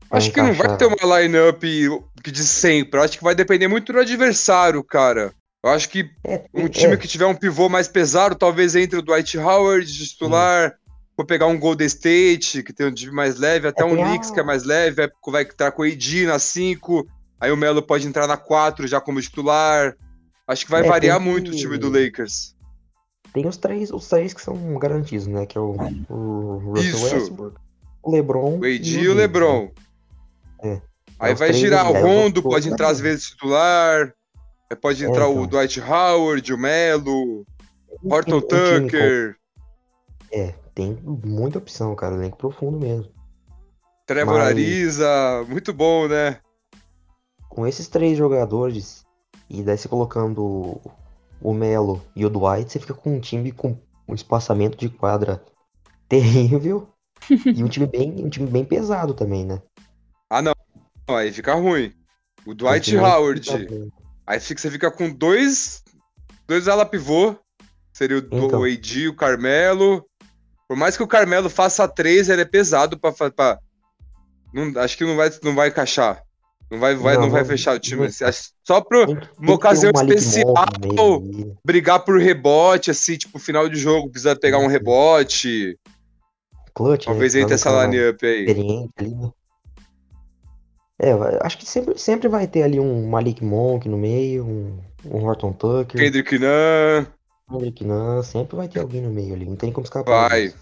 Speaker 3: pra
Speaker 2: Acho que não vai
Speaker 3: encaixar. né?
Speaker 2: ter um uma lineup que de sempre. Acho que vai depender muito do adversário, cara. Eu acho que
Speaker 3: É,
Speaker 2: um time
Speaker 3: é,
Speaker 2: que tiver um pivô mais pesado, talvez entre o Dwight Howard, de titular. Vou pegar um Golden State, que tem um time mais leve, até
Speaker 3: É,
Speaker 2: um
Speaker 3: tem a-
Speaker 2: Knicks, que é mais leve. Vai, vai entrar com o AD na 5. Aí o Melo pode entrar na 4 já como titular. Acho que vai
Speaker 3: É, tem
Speaker 2: variar
Speaker 3: que-
Speaker 2: muito o time do Lakers.
Speaker 3: Tem os três, os três que são garantidos, né? Que é o, o Russell
Speaker 2: Isso.
Speaker 3: Westbrook, o LeBron.
Speaker 2: O AD e
Speaker 3: Jimmy,
Speaker 2: o LeBron.
Speaker 3: É.
Speaker 2: Aí
Speaker 3: Os
Speaker 2: vai
Speaker 3: três assim, é
Speaker 2: girar o
Speaker 3: ali, aí eu vou
Speaker 2: Rondo, pode
Speaker 3: colocar
Speaker 2: entrar às
Speaker 3: também.
Speaker 2: vezes titular. aí Pode
Speaker 3: assim. É,
Speaker 2: entrar o
Speaker 3: então.
Speaker 2: Dwight Howard, o Melo,
Speaker 3: né?
Speaker 2: Horton
Speaker 3: Um time com-
Speaker 2: Tucker,
Speaker 3: É, tem muita opção, cara. Elenco profundo mesmo.
Speaker 2: Trevor
Speaker 3: Mas-
Speaker 2: Ariza. Muito bom, né?
Speaker 3: com esses três jogadores e daí você colocando o- o Melo e o Dwight, você fica com um time com um espaçamento de quadra (laughs) terrível e um time bem, um time bem pesado também, né?
Speaker 2: Ah, não. Não, Aí fica ruim. O
Speaker 3: Um
Speaker 2: Dwight
Speaker 3: time bem
Speaker 2: Howard.
Speaker 3: pesado, né?
Speaker 2: Aí fica- você fica com dois. Dois ala pivô. Seria o, do-
Speaker 3: Então.
Speaker 2: o AD, o Carmelo. Por mais que o Carmelo faça três, ele é pesado pra. fa- pra- Não- acho que não vai, não vai encaixar. Não vai, vai, não,
Speaker 3: Não,
Speaker 2: vai
Speaker 3: não-
Speaker 2: fechar o time.
Speaker 3: não-
Speaker 2: Assim, acho- Só pro
Speaker 3: Tem que- tem
Speaker 2: (laughs) uma
Speaker 3: que ter
Speaker 2: ocasião
Speaker 3: Malik Monk
Speaker 2: especial.
Speaker 3: no meio ali.
Speaker 2: brigar por rebote, assim, tipo, final de jogo, precisa pegar um rebote.
Speaker 3: Clutch, né?
Speaker 2: Talvez ele tá tenha
Speaker 3: Fazer um
Speaker 2: essa
Speaker 3: cara
Speaker 2: line-up aí.
Speaker 3: Experiente ali, né? É, vai- acho que sempre, sempre vai ter ali um Malik Monk no meio, um, um Horton Tucker,
Speaker 2: Kendrick Nunn,
Speaker 3: um Kendrick Nunn, sempre vai ter alguém no meio ali, não tem como escapar.
Speaker 2: vai.
Speaker 3: disso.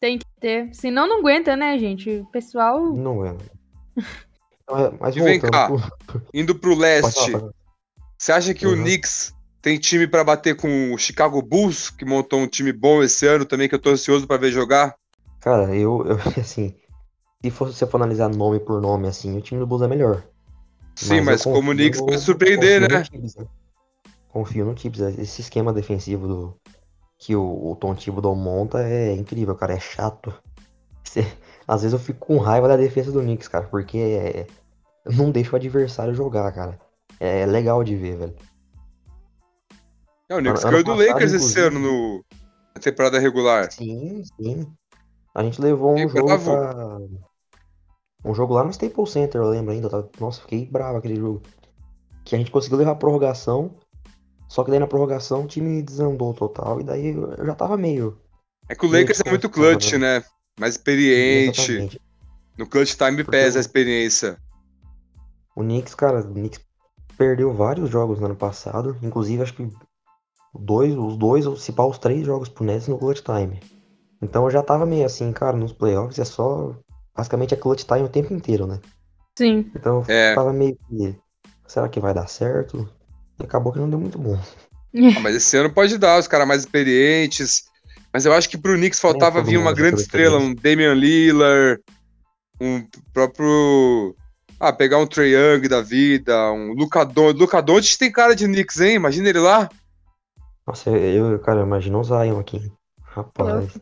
Speaker 1: Tem que ter. Senão não aguenta, né, gente? O pessoal.
Speaker 3: Não é. Então, é, Mas
Speaker 2: E vem
Speaker 3: voltando
Speaker 2: cá,
Speaker 3: pro-
Speaker 2: Indo pro
Speaker 3: pode
Speaker 2: leste,
Speaker 3: falar, pode falar.
Speaker 2: você acha que o
Speaker 3: Uhum.
Speaker 2: Knicks tem time pra bater com o Chicago Bulls, que montou um time bom esse ano também, que eu tô ansioso pra ver jogar?
Speaker 3: Cara, eu, (laughs) eu, assim, se fosse você for analisar nome por nome, assim, o time do Bulls é melhor.
Speaker 2: Sim,
Speaker 3: eu
Speaker 2: mas como o
Speaker 3: confio-
Speaker 2: Knicks pode surpreender,
Speaker 3: confio
Speaker 2: né?
Speaker 3: no Tibbs, Confio no Tibbs. Esse esquema defensivo do, que o, o Tom Thibodeau monta é incrível, cara. É chato. Cê- às vezes eu fico com raiva da defesa do Knicks, cara, porque é- não deixa o adversário jogar, cara. É legal de ver, velho.
Speaker 2: É, o Knicks
Speaker 3: Ano-
Speaker 2: ganhou do
Speaker 3: ano passado,
Speaker 2: Lakers esse
Speaker 3: inclusive.
Speaker 2: ano no- na temporada regular.
Speaker 3: Sim, sim. A gente levou um
Speaker 2: Fiquei
Speaker 3: jogo
Speaker 2: bravo.
Speaker 3: pra... Um jogo lá no Staples Center, eu lembro ainda. eu tava- Nossa, fiquei bravo aquele jogo. Que a gente conseguiu levar a prorrogação. Só que daí na prorrogação o time desandou total. E daí eu já tava meio.
Speaker 2: É que o
Speaker 3: Gente,
Speaker 2: Lakers é
Speaker 3: como
Speaker 2: muito
Speaker 3: tá, mano?
Speaker 2: clutch, né? Mais experiente.
Speaker 3: Exatamente.
Speaker 2: No clutch time
Speaker 3: Porque
Speaker 2: pesa a
Speaker 3: o-
Speaker 2: experiência.
Speaker 3: O Knicks, cara, o Knicks perdeu vários jogos no ano passado. Inclusive, acho que dois, os dois, ou se pá, os três jogos pro Nets no clutch time. Então eu já tava meio assim, cara, nos playoffs é só. Basicamente é clutch time o tempo inteiro, né?
Speaker 1: Sim.
Speaker 3: Então eu
Speaker 2: É.
Speaker 3: tava meio que. Será que vai dar certo? E acabou que não deu muito bom.
Speaker 2: Ah, mas esse ano pode dar, os caras mais experientes. Mas eu acho que pro Knicks faltava
Speaker 3: todo
Speaker 2: vir uma
Speaker 3: mundo
Speaker 2: grande
Speaker 3: jogador
Speaker 2: estrela, um Damian Lillard, um próprio. Ah, pegar um Trae Young da vida, um Luca Doncic. Luca Doncic tem cara de Knicks, hein? Imagina ele lá.
Speaker 3: Nossa, eu, eu, cara, imagina o Zion aqui. Rapaz.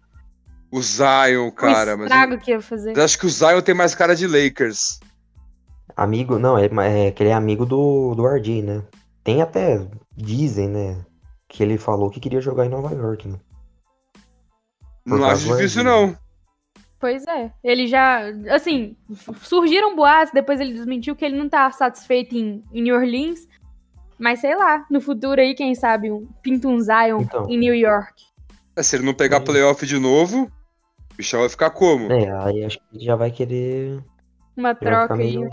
Speaker 2: O Zion, cara.
Speaker 1: o
Speaker 2: Mas
Speaker 1: Um estrago né?
Speaker 2: eu,
Speaker 1: que ia fazer.
Speaker 2: eu acho que o Zion tem mais cara de Lakers.
Speaker 3: Amigo, não, é, mas é que ele é amigo do, do RJ, né? Tem até. Dizem, né? Que ele falou que queria jogar em Nova York, né? Por
Speaker 2: não acho
Speaker 3: favor,
Speaker 2: difícil,
Speaker 3: né?
Speaker 2: não.
Speaker 1: Pois é. Ele já. Assim, surgiram boatos, depois ele desmentiu que ele não tá satisfeito em, em New Orleans. Mas sei lá, no futuro aí, quem sabe, um, pinta um Zion
Speaker 3: Então.
Speaker 1: em New York.
Speaker 2: É, se ele não pegar
Speaker 3: Sim.
Speaker 2: playoff de novo, o bichão vai ficar como?
Speaker 3: É, aí acho que ele já vai querer.
Speaker 1: Uma
Speaker 3: Já vai
Speaker 1: troca
Speaker 3: ficar
Speaker 1: aí.
Speaker 3: meio.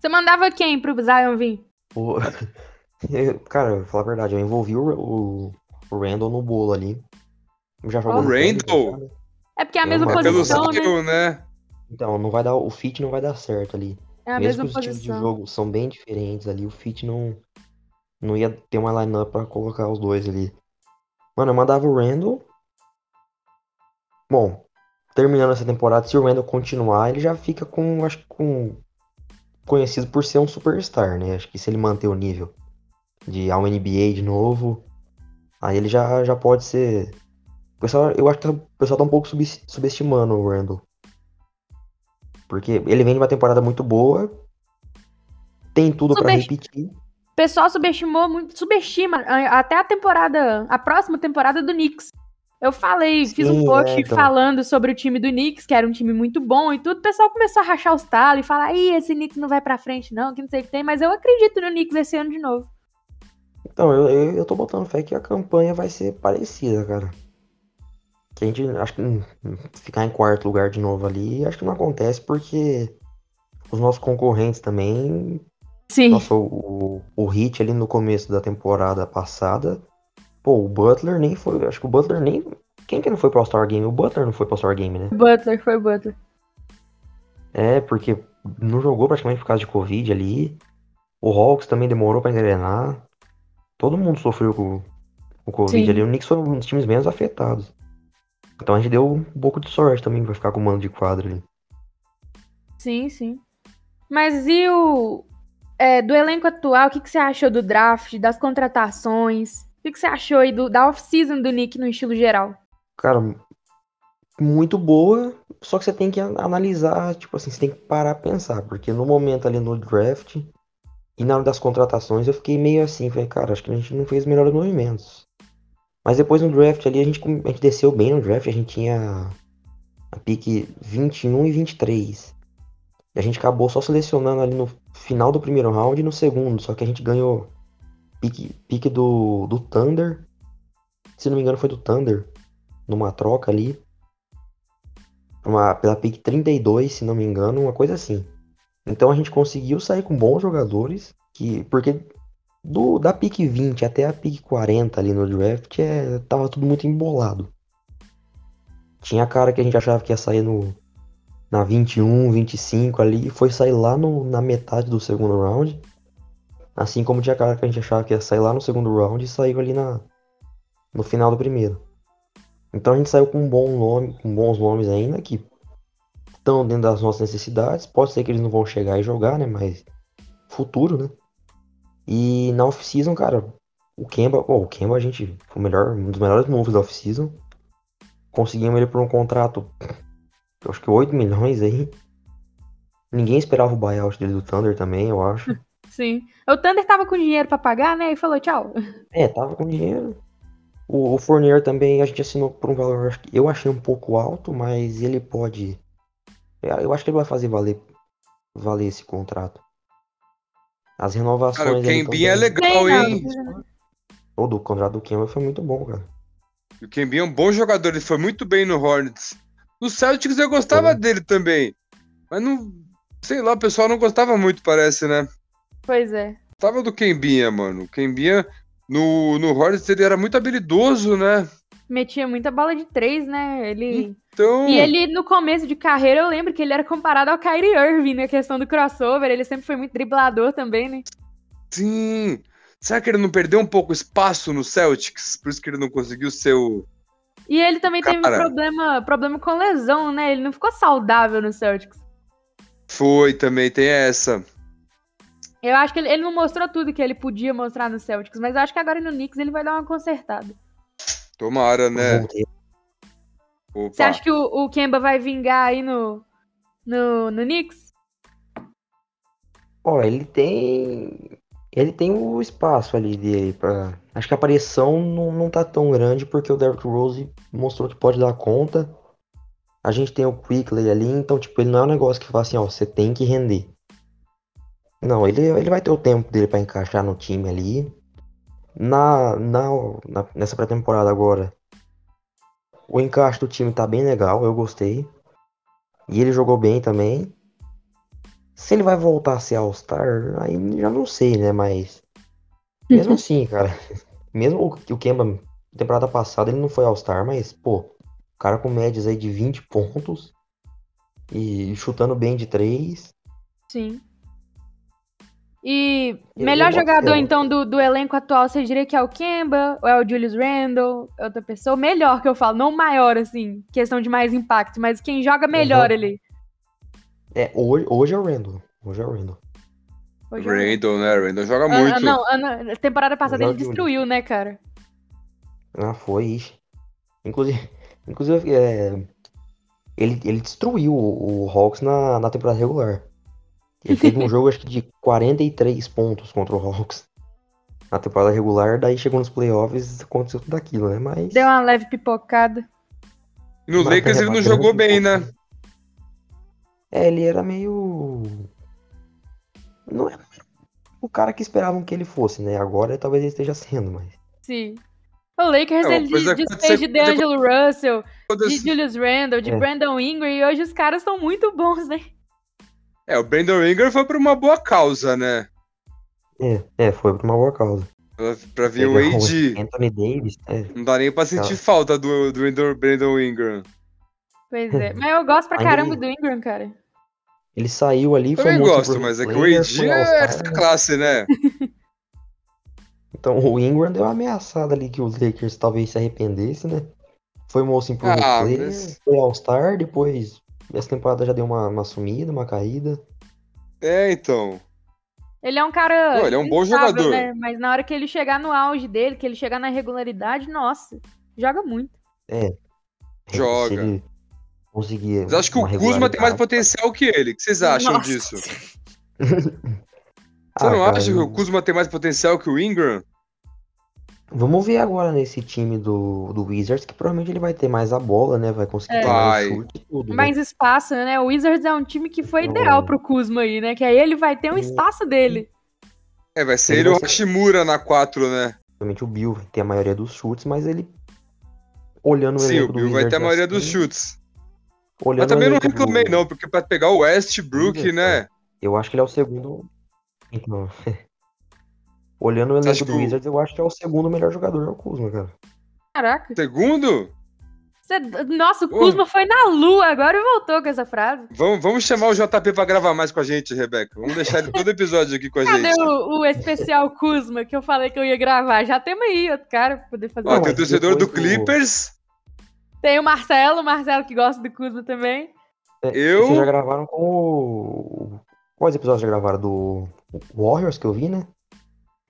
Speaker 1: Você mandava quem pro Zion vir?
Speaker 3: O- Eu- (laughs) cara, eu vou falar a verdade, eu envolvi o, o, o Randall no bolo ali. Já jogou
Speaker 1: O
Speaker 3: no Pelicans,
Speaker 2: Randall?
Speaker 3: já, né?
Speaker 1: É porque é a
Speaker 3: É,
Speaker 1: mesma
Speaker 3: mas-
Speaker 2: É pelo
Speaker 1: posição, né?
Speaker 2: Zion, né?
Speaker 3: Então, não vai dar. O fit não vai dar certo ali.
Speaker 1: É a
Speaker 3: Mesmo
Speaker 1: mesma
Speaker 3: que os tipos de
Speaker 1: posição.
Speaker 3: jogo são bem diferentes ali, o Fit não, não ia ter uma lineup pra colocar os dois ali. Mano, eu mandava o Randall. Bom, terminando essa temporada, se o Randall continuar, ele já fica com, acho que com conhecido por ser um superstar, né? Acho que se ele manter o nível de ao NBA de novo, aí ele já, já pode ser. O pessoal, eu acho que o pessoal tá um pouco subes- subestimando o Randall. Porque ele vem de uma temporada muito boa, tem tudo pra
Speaker 1: Subest-
Speaker 3: repetir.
Speaker 1: O pessoal subestimou muito, subestima a- até a temporada, a próxima temporada do Knicks. Eu falei, fiz um
Speaker 3: Sim,
Speaker 1: post
Speaker 3: é, então.
Speaker 1: falando sobre o time do Knicks, que era um time muito bom e tudo. O pessoal começou a rachar os talos e falar: ih, esse Knicks não vai pra frente, não, que não sei o que tem. Mas eu acredito no Knicks esse ano de novo.
Speaker 3: Então, eu, eu, eu tô botando fé que a campanha vai ser parecida, cara. Que a gente, acho que hum, ficar em quarto lugar de novo ali, acho que não acontece porque os nossos concorrentes também
Speaker 1: Sim.
Speaker 3: Nossa, o, o, o Hit ali no começo da temporada passada. Pô, o Butler nem foi. Acho que o Butler nem. Quem que não foi pro All-Star Game? O Butler não foi pro All-Star Game, né?
Speaker 1: Butler, foi Butler.
Speaker 3: É, porque não jogou praticamente por causa de Covid ali. O Hawks também demorou pra engrenar. Todo mundo sofreu com com o Covid
Speaker 1: Sim.
Speaker 3: ali. O Knicks foi um dos times menos afetados. Então a gente deu um pouco de sorte também pra ficar com o mano de quadro ali.
Speaker 1: Sim, sim. Mas e o. é, do elenco atual, o que, que você achou do draft, das contratações? O que, que você achou aí do, da off-season do Nick no estilo geral?
Speaker 3: Cara, muito boa, só que você tem que an- analisar, tipo assim, você tem que parar pra pensar, porque no momento ali no draft e na hora das contratações eu fiquei meio assim, falei, cara, acho que a gente não fez melhores movimentos. Mas depois no draft ali a gente, com- a gente desceu bem no draft, a gente tinha a pique 21 e 23. E a gente acabou só selecionando ali no final do primeiro round e no segundo, só que a gente ganhou pique, pique do, do Thunder. Se não me engano foi do Thunder, numa troca ali. Uma, pela pique 32, se não me engano, uma coisa assim. Então a gente conseguiu sair com bons jogadores, que porque do, da pique 20 até a pique 40 ali no draft, é, tava tudo muito embolado. Tinha cara que a gente achava que ia sair no, na 21, 25 ali, e foi sair lá no, na metade do segundo round. Assim como tinha cara que a gente achava que ia sair lá no segundo round e saiu ali na, no final do primeiro. Então a gente saiu com um bom nome, com bons nomes ainda, que estão dentro das nossas necessidades. Pode ser que eles não vão chegar e jogar, né? Mas futuro, né? E na off-season, cara, o Kemba, pô, o Kemba a gente foi o melhor, um dos melhores moves da off-season. Conseguimos ele por um contrato, eu acho que 8 milhões aí. Ninguém esperava o buyout dele do Thunder também, eu acho.
Speaker 1: Sim. O Thunder tava com dinheiro pra pagar, né? E falou tchau. (laughs)
Speaker 3: É, tava com dinheiro. O, o Fournier também a gente assinou por um valor, acho que eu achei um pouco alto, mas ele pode. Eu acho que ele vai fazer valer, valer esse contrato. As renovações.
Speaker 2: Cara, o
Speaker 3: ali
Speaker 2: Kembinha é
Speaker 3: também.
Speaker 2: legal,
Speaker 1: Legal.
Speaker 2: hein?
Speaker 3: Todo o contrato do Kemba foi muito bom, cara.
Speaker 2: O Kembinha é um bom jogador, ele foi muito bem no Hornets. No Celtics eu gostava
Speaker 3: Foi.
Speaker 2: dele também. Mas não. Sei lá, o pessoal não gostava muito, parece, né?
Speaker 1: Pois é.
Speaker 2: Tava do Kembinha, mano. O Kembinha no, no Hornets ele era muito habilidoso, né?
Speaker 1: Metia muita bola de três, né? Ele.
Speaker 2: Então.
Speaker 1: E ele, no começo de carreira, eu lembro que ele era comparado ao Kyrie Irving na questão do crossover. Ele sempre foi muito driblador também, né?
Speaker 2: Sim. Será que ele não perdeu um pouco espaço no Celtics? Por isso que ele não conseguiu ser o.
Speaker 1: E ele também teve
Speaker 2: Cara.
Speaker 1: problema, problema com lesão, né? Ele não ficou saudável no Celtics.
Speaker 2: Foi também, tem essa.
Speaker 1: Eu acho que ele, ele não mostrou tudo que ele podia mostrar no Celtics, mas eu acho que agora no Knicks ele vai dar uma consertada.
Speaker 2: Tomara,
Speaker 3: Eu
Speaker 2: né?
Speaker 3: voltei.
Speaker 2: Opa.
Speaker 1: Você acha que o, o Kemba vai vingar aí no, no, no Knicks?
Speaker 3: Ó, ele tem. Ele tem o espaço ali dele pra. Acho que a aparição não, não tá tão grande porque o Derrick Rose mostrou que pode dar conta. A gente tem o Quickley ali, então, tipo, ele não é um negócio que fala assim, ó, você tem que render. Não, ele, ele vai ter o tempo dele pra encaixar no time ali. Na, na, na- nessa pré-temporada agora, o encaixe do time tá bem legal, eu gostei. E ele jogou bem também. Se ele vai voltar a ser All-Star, aí já não sei, né? Mas. Mesmo assim, cara. (laughs) Mesmo o, o Kemba, temporada passada, ele não foi All-Star, mas, pô, o cara com médias aí de 20 pontos e chutando bem de 3.
Speaker 1: Sim. E
Speaker 3: Eu-
Speaker 1: melhor
Speaker 3: eu gosto
Speaker 1: jogador,
Speaker 3: dela.
Speaker 1: então, do, do elenco atual, você diria que é o Kemba, ou é o Julius Randle, é outra pessoa? Melhor que eu falo, não maior, assim, questão de mais impacto, mas quem joga melhor ali.
Speaker 3: É, hoje, hoje é o Randall. Hoje é o Randall.
Speaker 1: Hoje é o-
Speaker 2: Randall, né? Randall joga
Speaker 1: Ah,
Speaker 2: muito.
Speaker 1: não, ah, não, temporada passada
Speaker 3: Joga
Speaker 1: ele
Speaker 3: Julius.
Speaker 1: destruiu, né, cara?
Speaker 3: Ah, foi. ixi. Inclusive, (laughs) inclusive é, ele, ele destruiu o, o Hawks na, na temporada regular. Ele teve
Speaker 1: (laughs)
Speaker 3: um jogo, acho que de 43 pontos contra o Hawks na temporada regular. Daí chegou nos playoffs aconteceu tudo aquilo, né? Mas.
Speaker 1: Deu uma leve pipocada.
Speaker 2: E no
Speaker 3: mas
Speaker 2: Lakers
Speaker 3: é
Speaker 2: ele não
Speaker 3: bacana,
Speaker 2: jogou bem, né?
Speaker 3: bacana. É, ele era meio. Não era o cara que esperavam que ele fosse, né? Agora talvez ele esteja sendo, mas.
Speaker 1: Sim. O Lakers,
Speaker 2: É, uma
Speaker 1: ele
Speaker 2: coisa que
Speaker 1: desfez de
Speaker 2: aconteceu- coisa que-
Speaker 1: DeAngelo Russell, de
Speaker 2: Todas-
Speaker 1: Julius Randle, de
Speaker 3: É.
Speaker 1: Brandon Ingram, e hoje os caras são muito bons, né?
Speaker 2: É, o Brandon Ingram foi por uma boa causa, né?
Speaker 3: É, é, foi por uma boa causa.
Speaker 2: Pra, pra vir o
Speaker 3: Pegar
Speaker 2: AD.
Speaker 3: Anthony Davis, é,
Speaker 2: Não dá nem pra sentir falta do, do Indo- Brandon Ingram.
Speaker 1: Pois é. Mas eu gosto pra
Speaker 3: Ainda
Speaker 1: caramba
Speaker 3: bem.
Speaker 1: do Ingram, cara.
Speaker 3: Ele saiu ali, foi
Speaker 2: Também
Speaker 3: muito
Speaker 2: gosto,
Speaker 3: pro
Speaker 2: mas é que o
Speaker 3: player,
Speaker 2: AD
Speaker 3: foi
Speaker 2: é
Speaker 3: All-Star.
Speaker 2: essa classe, né?
Speaker 3: Então o Ingram deu uma ameaçada ali que os Lakers talvez se arrependesse, né? Foi moço em pro
Speaker 2: Ah,
Speaker 3: player,
Speaker 2: mas-
Speaker 3: foi All-Star, depois essa temporada já deu uma, uma sumida, uma caída.
Speaker 2: É, então.
Speaker 1: Ele é um cara.
Speaker 2: Não, ele é um bom
Speaker 1: instável,
Speaker 2: jogador.
Speaker 1: Né? Mas na hora que ele chegar no auge dele, que ele chegar na regularidade, nossa, joga muito.
Speaker 2: Joga.
Speaker 3: Se ele conseguir.
Speaker 2: Mas acho que
Speaker 3: uma
Speaker 2: o Kuzma tem mais
Speaker 3: regularidade-
Speaker 2: potencial que ele. O que vocês acham
Speaker 1: Nossa.
Speaker 2: disso? Você
Speaker 3: Ah,
Speaker 2: não
Speaker 3: cara,
Speaker 2: acha que
Speaker 3: Ah, eu-
Speaker 2: o Kuzma tem mais potencial que o Ingram?
Speaker 3: Vamos ver agora nesse time do, do Wizards, que provavelmente ele vai ter mais a bola, né? Vai conseguir
Speaker 1: É.
Speaker 3: ter mais
Speaker 2: Vai.
Speaker 3: chute e tudo. né?
Speaker 1: Mais espaço, né? O Wizards é um time que foi ideal pro Kuzma aí, né? Que aí ele vai ter um espaço dele.
Speaker 2: É, vai ser
Speaker 3: Ele
Speaker 2: ele e o
Speaker 3: vai ser-
Speaker 2: Hashimura na 4, né?
Speaker 3: Provavelmente o Bill vai ter a maioria dos chutes, mas ele. Olhando o
Speaker 2: Sim,
Speaker 3: elenco
Speaker 2: o
Speaker 3: do
Speaker 2: Bill vai ter a
Speaker 3: Wizards
Speaker 2: maioria
Speaker 3: assim,
Speaker 2: dos chutes.
Speaker 3: Olhando
Speaker 2: Mas também
Speaker 3: o
Speaker 2: não
Speaker 3: elenco do-
Speaker 2: reclamei, não, porque pra pegar o Westbrook,
Speaker 3: Wizards,
Speaker 2: né?
Speaker 3: Eu acho que ele é o segundo. Então. (laughs) Olhando o
Speaker 2: acha
Speaker 3: elenco
Speaker 2: que
Speaker 3: do
Speaker 2: o-
Speaker 3: Wizards, eu acho que é o segundo melhor jogador, é o Kuzma, cara.
Speaker 1: Caraca.
Speaker 2: Segundo?
Speaker 1: Cê- Nossa, o
Speaker 2: Ô.
Speaker 1: Kuzma foi na lua agora e voltou com essa frase.
Speaker 2: Vamos, vamos chamar o JP pra gravar mais com a gente, Rebeca. Vamos deixar ele todo episódio aqui com a
Speaker 1: Cadê
Speaker 2: gente.
Speaker 1: o, o especial Kuzma que eu falei que eu ia gravar? Já temos aí outro cara pra poder fazer.
Speaker 2: Ó,
Speaker 3: Não,
Speaker 2: tem
Speaker 3: mas
Speaker 2: o torcedor do
Speaker 3: depois do-
Speaker 2: Clippers.
Speaker 1: Tem o Marcelo, o Marcelo que gosta do Kuzma também.
Speaker 3: É,
Speaker 2: Eu-
Speaker 3: Vocês já gravaram com o. Quais episódios já gravaram? Do Warriors que eu vi, né?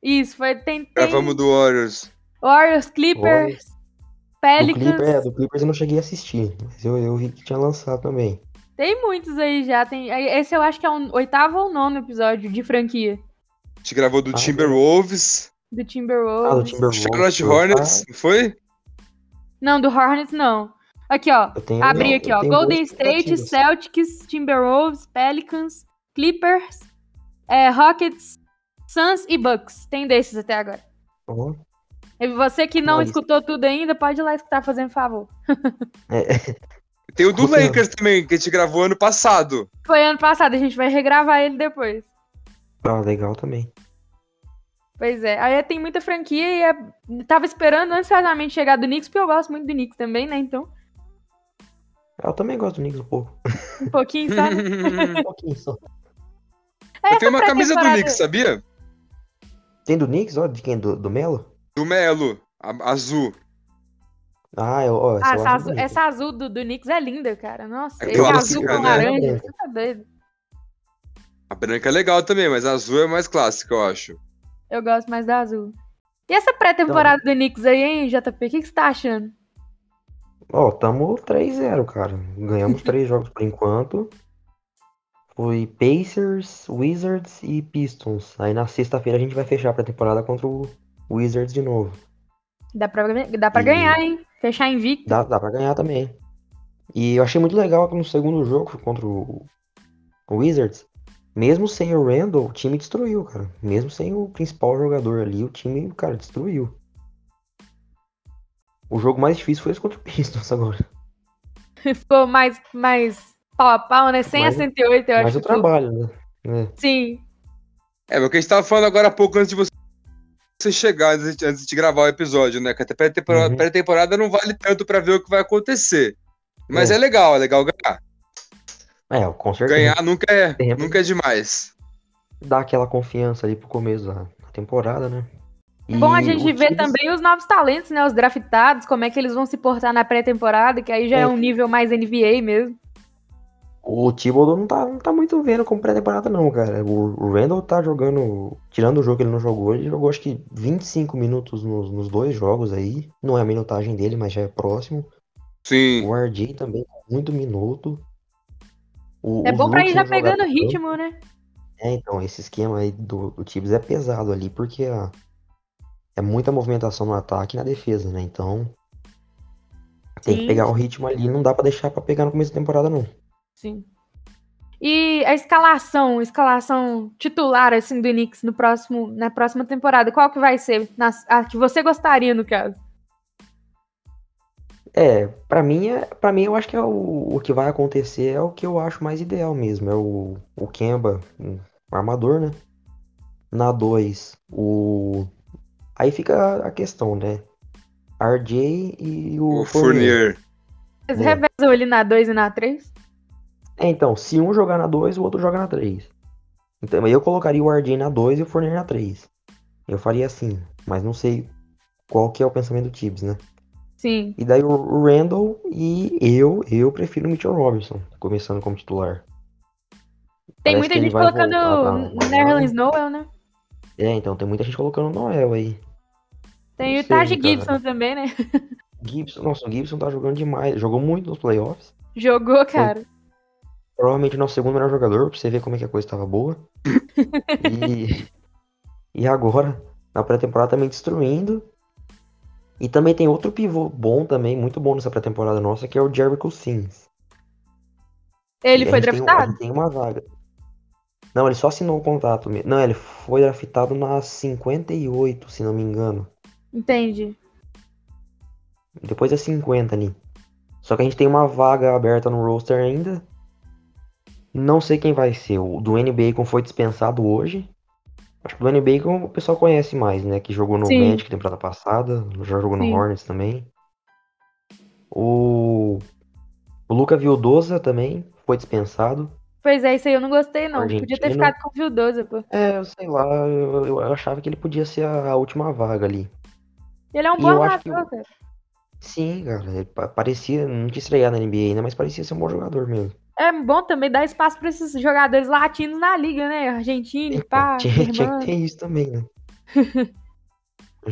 Speaker 1: Isso, foi. Tem, tem
Speaker 2: Gravamos do Warriors.
Speaker 1: Warriors, Clippers,
Speaker 3: Do,
Speaker 1: Pelicans.
Speaker 3: Clipper, é, do Clippers eu não cheguei a assistir, mas eu, eu vi que tinha lançado também.
Speaker 1: Tem muitos aí já. Tem, esse eu acho que é um oitavo ou nono episódio de franquia
Speaker 2: A gente gravou do
Speaker 3: Ah,
Speaker 2: Timberwolves,
Speaker 1: do
Speaker 3: Ah, do
Speaker 1: Timberwolves.
Speaker 3: Timberwolves.
Speaker 2: Charlotte
Speaker 3: eu-
Speaker 2: Hornets, não foi?
Speaker 1: Não, do Hornets não. Aqui, ó.
Speaker 3: Eu tenho,
Speaker 1: Abri
Speaker 3: eu
Speaker 1: aqui, ó.
Speaker 3: tenho
Speaker 1: Golden
Speaker 3: boas
Speaker 1: State,
Speaker 3: expectativas.
Speaker 1: Celtics, Timberwolves, Pelicans, Clippers, é, Rockets, Suns e Bucks. Tem desses até agora.
Speaker 3: Ó,
Speaker 1: E você que não
Speaker 3: Olha.
Speaker 1: escutou tudo ainda, pode ir lá escutar fazendo favor.
Speaker 2: Tem o do
Speaker 3: Escuta.
Speaker 2: Lakers também, que a gente gravou ano passado.
Speaker 1: Foi ano passado, a gente vai regravar ele depois.
Speaker 3: Ah, legal também.
Speaker 1: Pois é, aí tem muita franquia e é- tava esperando ansiosamente chegar do Knicks, porque eu gosto muito do Knicks também, né? Então,
Speaker 3: Eu também gosto do Knicks
Speaker 1: (laughs)
Speaker 3: um pouco.
Speaker 1: um pouquinho,
Speaker 2: (laughs)
Speaker 1: sabe?
Speaker 3: Um pouquinho só.
Speaker 2: Eu tenho uma
Speaker 1: Essa
Speaker 2: camisa do
Speaker 1: pré-temporada-
Speaker 2: Knicks, sabia?
Speaker 3: Tem do Knicks, ó, de quem? Do, do Melo?
Speaker 2: Do Melo, a- azul.
Speaker 3: Ah, eu, ó, essa
Speaker 1: Ah,
Speaker 3: eu
Speaker 1: essa
Speaker 3: acho
Speaker 1: azul,
Speaker 3: bonita.
Speaker 1: essa azul do, do Knicks é linda, cara. Nossa,
Speaker 2: É
Speaker 1: esse
Speaker 2: clássica,
Speaker 1: azul com
Speaker 2: né?
Speaker 1: laranja, você tá doido.
Speaker 2: A branca é legal também, mas a azul é mais clássica, eu acho.
Speaker 1: Eu gosto mais da azul. E essa pré-temporada
Speaker 3: Então.
Speaker 1: do Knicks aí, hein, JP? O que que você tá achando?
Speaker 3: Ó, tamo 3-0, cara.
Speaker 1: (laughs)
Speaker 3: Ganhamos três jogos por enquanto. Foi Pacers, Wizards e Pistons. Aí na sexta-feira a gente vai fechar a pré-temporada contra o Wizards de novo.
Speaker 1: Dá pra, dá pra
Speaker 3: E-
Speaker 1: ganhar, hein? Fechar invicto.
Speaker 3: Dá, dá pra ganhar também. E eu achei muito legal que no segundo jogo contra o o Wizards, mesmo sem o Randall, o time destruiu, cara. Mesmo sem o principal jogador ali, o time, cara, destruiu. O jogo mais difícil foi esse contra o Pistons (laughs) agora.
Speaker 1: Ficou mais, mais pau a pau, né? 100 a
Speaker 3: Mas-
Speaker 1: 108, eu
Speaker 3: Mas
Speaker 1: acho.
Speaker 3: o um- trabalho, né? né?
Speaker 1: Sim.
Speaker 2: É, mas o que a gente tava falando agora há pouco antes de você você chegar, antes de, antes de gravar o episódio, né? Que até pré-temporada
Speaker 3: Uhum.
Speaker 2: pré-temporada não vale tanto pra ver o que vai acontecer. Mas
Speaker 3: É.
Speaker 2: é, legal, é legal ganhar.
Speaker 3: É, com certeza.
Speaker 2: Ganhar nunca é,
Speaker 3: Tempo.
Speaker 2: nunca é demais.
Speaker 3: Dá aquela confiança ali pro começo da da temporada, né? E
Speaker 1: É Bom a
Speaker 3: o
Speaker 1: gente
Speaker 3: time-
Speaker 1: ver também os novos talentos, né? Os draftados, como é que eles vão se portar na pré-temporada, que aí já é,
Speaker 3: É.
Speaker 1: um nível mais NBA mesmo.
Speaker 3: O Thibodeau não tá, não tá muito vendo como pré-temporada, não, cara. O o Randall tá jogando. Tirando o jogo que ele não jogou, ele jogou acho que 25 minutos nos, nos dois jogos aí. Não é a minutagem dele, mas já é próximo.
Speaker 2: Sim.
Speaker 3: O RJ também com muito minuto. O-
Speaker 1: É
Speaker 3: o
Speaker 1: bom pra
Speaker 3: Brooks
Speaker 1: ir já
Speaker 3: não joga
Speaker 1: pegando
Speaker 3: tanto.
Speaker 1: ritmo, né?
Speaker 3: É, então, esse esquema aí do, do Tibbs é pesado ali, porque a- é muita movimentação no ataque e na defesa, né? Então. Tem
Speaker 1: Sim.
Speaker 3: que pegar o ritmo ali, não dá pra deixar pra pegar no começo da temporada, não.
Speaker 1: Sim. E a escalação, escalação titular assim do Knicks no próximo, na próxima temporada, qual que vai ser? Nas- a que você gostaria no caso?
Speaker 3: É, pra mim, é, pra mim eu acho que é o, o que vai acontecer é o que eu acho mais ideal mesmo. É o, o Kemba, um armador, né? Na 2, o. Aí fica a questão, né? RJ e o
Speaker 2: O Fournier.
Speaker 1: Vocês
Speaker 3: É.
Speaker 1: revezam ele na 2 e na 3?
Speaker 3: É, então, se um jogar na 2, o outro joga na 3. Então, eu colocaria o RJ na 2 e o Fournier na 3. Eu faria assim, mas não sei qual que é o pensamento do Tibbs, né?
Speaker 1: Sim.
Speaker 3: E daí o Randall e eu, eu prefiro o Mitchell Robinson, começando como titular.
Speaker 1: Tem
Speaker 3: Parece
Speaker 1: muita
Speaker 3: que ele
Speaker 1: gente
Speaker 3: vai
Speaker 1: colocando
Speaker 3: voltar pra-
Speaker 1: Nerlens Noel, né?
Speaker 3: É, então tem muita gente colocando o Noel aí.
Speaker 1: Tem
Speaker 3: Não
Speaker 1: o Taj
Speaker 3: sei, cara.
Speaker 1: Gibson também, né? (laughs)
Speaker 3: Gibson, nossa, o Gibson tá jogando demais. Jogou muito nos playoffs.
Speaker 1: Jogou, cara.
Speaker 3: Provavelmente nosso segundo melhor jogador, pra você ver como é que a coisa
Speaker 1: (laughs)
Speaker 3: tava boa. E, e agora, na pré-temporada, também destruindo. E também tem outro pivô bom também, muito bom nessa pré-temporada nossa, que é o Jericho Sims.
Speaker 1: Ele
Speaker 3: E a
Speaker 1: foi
Speaker 3: gente tem- um a
Speaker 1: draftado?
Speaker 3: gente tem uma vaga. Não, ele só assinou o contrato. mesmo. Não, ele foi draftado na 58, se não me engano.
Speaker 1: Entendi.
Speaker 3: Depois é 50 ali. Só que a gente tem uma vaga aberta no roster ainda. Não sei quem vai ser. O do Bacon foi dispensado hoje. Acho que o do Bacon o pessoal conhece mais, né? Que jogou no
Speaker 1: Sim.
Speaker 3: Magic temporada passada. Já jogou no
Speaker 1: Sim.
Speaker 3: Hornets também. O, o Luca Vildosa também foi dispensado.
Speaker 1: Pois é, isso aí eu não gostei, não.
Speaker 3: Argentino.
Speaker 1: Podia ter ficado com o Vildosa, pô.
Speaker 3: É, eu sei lá. Eu, eu achava que ele podia ser a última vaga ali.
Speaker 1: Ele é um
Speaker 3: E
Speaker 1: bom
Speaker 3: eu acho que
Speaker 1: armador, cara.
Speaker 3: Sim, cara, ele pa- parecia, não tinha estreado na NBA ainda, mas parecia ser um bom jogador mesmo.
Speaker 1: É bom também dar espaço pra esses jogadores latinos na liga, né? Argentina,
Speaker 3: Então,
Speaker 1: pá,
Speaker 3: tinha, tinha
Speaker 1: irmã.
Speaker 3: que ter isso também,
Speaker 2: (laughs)
Speaker 3: né?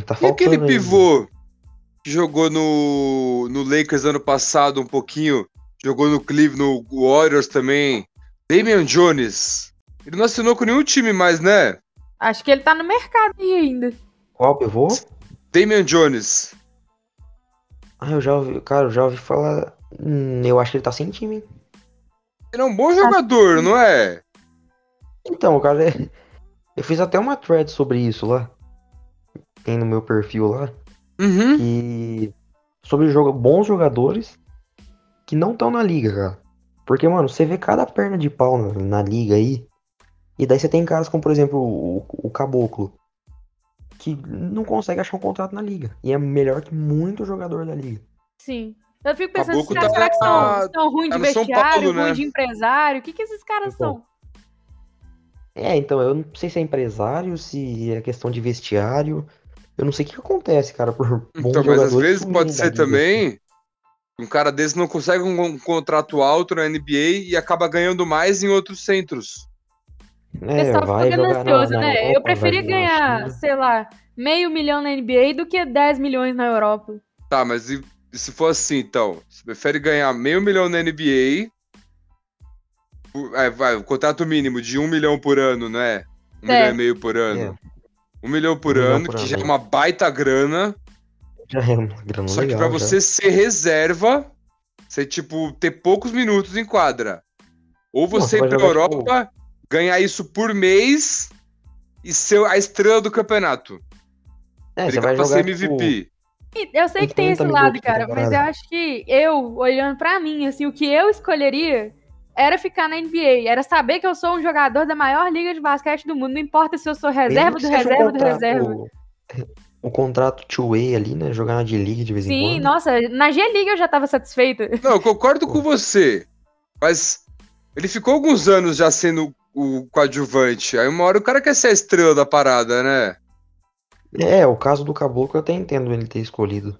Speaker 3: tá
Speaker 2: E aquele
Speaker 3: faltando ainda.
Speaker 2: pivô que jogou no, no Lakers ano passado um pouquinho, jogou no Cleveland, no Warriors também, Damian Jones. Ele não assinou com nenhum time mais, né?
Speaker 1: Acho que ele tá no mercado aí ainda.
Speaker 3: Qual pivô?
Speaker 2: Damian Jones.
Speaker 3: Ah, eu já ouvi, cara, eu já ouvi falar. Hum, eu acho que ele tá sem time, hein?
Speaker 2: Ele é um bom jogador, não é?
Speaker 3: Então, cara, é- (laughs) eu fiz até uma thread sobre isso lá. Tem no meu perfil lá.
Speaker 2: Uhum.
Speaker 3: que sobre jogo, bons jogadores que não estão na liga, cara. Porque, mano, você vê cada perna de pau na, na liga aí. E daí você tem caras como, por exemplo, o, o Caboclo, que não consegue achar um contrato na liga. E é melhor que muito jogador da liga.
Speaker 1: Sim. Eu fico pensando, esses
Speaker 2: Caboclo
Speaker 1: caras
Speaker 2: tá-
Speaker 1: será que são, são ruins
Speaker 2: tá
Speaker 1: de
Speaker 2: no São
Speaker 1: vestiário,
Speaker 2: Paulo, né?
Speaker 1: ruins de empresário? O que, que esses caras
Speaker 3: Então.
Speaker 1: são?
Speaker 3: É, então, eu não sei se é empresário, se é questão de vestiário. Eu não sei o que acontece, cara, por
Speaker 2: (laughs) Então,
Speaker 3: bons
Speaker 2: mas às
Speaker 3: jogadores
Speaker 2: vezes
Speaker 3: sumirem
Speaker 2: pode
Speaker 3: da
Speaker 2: ser
Speaker 3: liga, assim.
Speaker 2: também. Um cara desse não consegue um, um contrato alto na NBA e acaba ganhando mais em outros centros.
Speaker 1: O
Speaker 3: É,
Speaker 1: pessoal
Speaker 3: vai
Speaker 1: fica
Speaker 3: jogar na-
Speaker 1: ganancioso,
Speaker 3: na
Speaker 1: né?
Speaker 3: Europa,
Speaker 1: Eu
Speaker 3: vai
Speaker 1: preferia
Speaker 3: jogar na
Speaker 1: ganhar,
Speaker 3: China.
Speaker 1: sei lá, meio milhão na NBA do que 10 milhões na Europa.
Speaker 2: Tá, mas e, e se for assim, então? Você prefere ganhar meio milhão na NBA? por- é, vai, o contrato mínimo de um milhão por ano, né? Um
Speaker 1: É.
Speaker 2: milhão e meio por
Speaker 3: É,
Speaker 2: ano. Um milhão por
Speaker 3: Um milhão
Speaker 2: ano,
Speaker 3: por
Speaker 2: que
Speaker 3: ano,
Speaker 2: já é
Speaker 3: né?
Speaker 2: uma baita grana.
Speaker 3: Já é uma grana
Speaker 2: Só que
Speaker 3: legal,
Speaker 2: pra
Speaker 3: já.
Speaker 2: você ser reserva, você, tipo, ter poucos minutos em quadra. Ou você
Speaker 3: você vai
Speaker 2: ir pra
Speaker 3: jogar, tipo,
Speaker 2: Europa, ganhar isso por mês e ser a estrela do campeonato.
Speaker 3: É, você
Speaker 2: Brigar
Speaker 3: vai
Speaker 2: pra
Speaker 3: jogar,
Speaker 2: ser
Speaker 3: tipo,
Speaker 2: MVP.
Speaker 1: E Eu sei que tem
Speaker 3: 80
Speaker 1: esse
Speaker 3: minutos
Speaker 1: lado,
Speaker 3: de tá
Speaker 1: cara, mas eu
Speaker 3: temporada.
Speaker 1: acho que eu, olhando pra mim, assim, o que eu escolheria era ficar na NBA, era saber que eu sou um jogador da maior liga de basquete do mundo, não importa se eu sou
Speaker 3: Mesmo
Speaker 1: reserva
Speaker 3: que
Speaker 1: do
Speaker 3: seja um
Speaker 1: reserva do
Speaker 3: contrato-
Speaker 1: reserva.
Speaker 3: O contrato two-way ali, né? Jogar na D-League de vez em
Speaker 1: Sim,
Speaker 3: quando.
Speaker 1: nossa, na G-Liga eu já tava satisfeita.
Speaker 3: tipo,
Speaker 2: Não, eu concordo com você. Mas ele ficou alguns anos já sendo o coadjuvante. Aí uma hora o cara quer ser a estrela da parada, né?
Speaker 3: É, o caso do Caboclo eu até entendo ele ter escolhido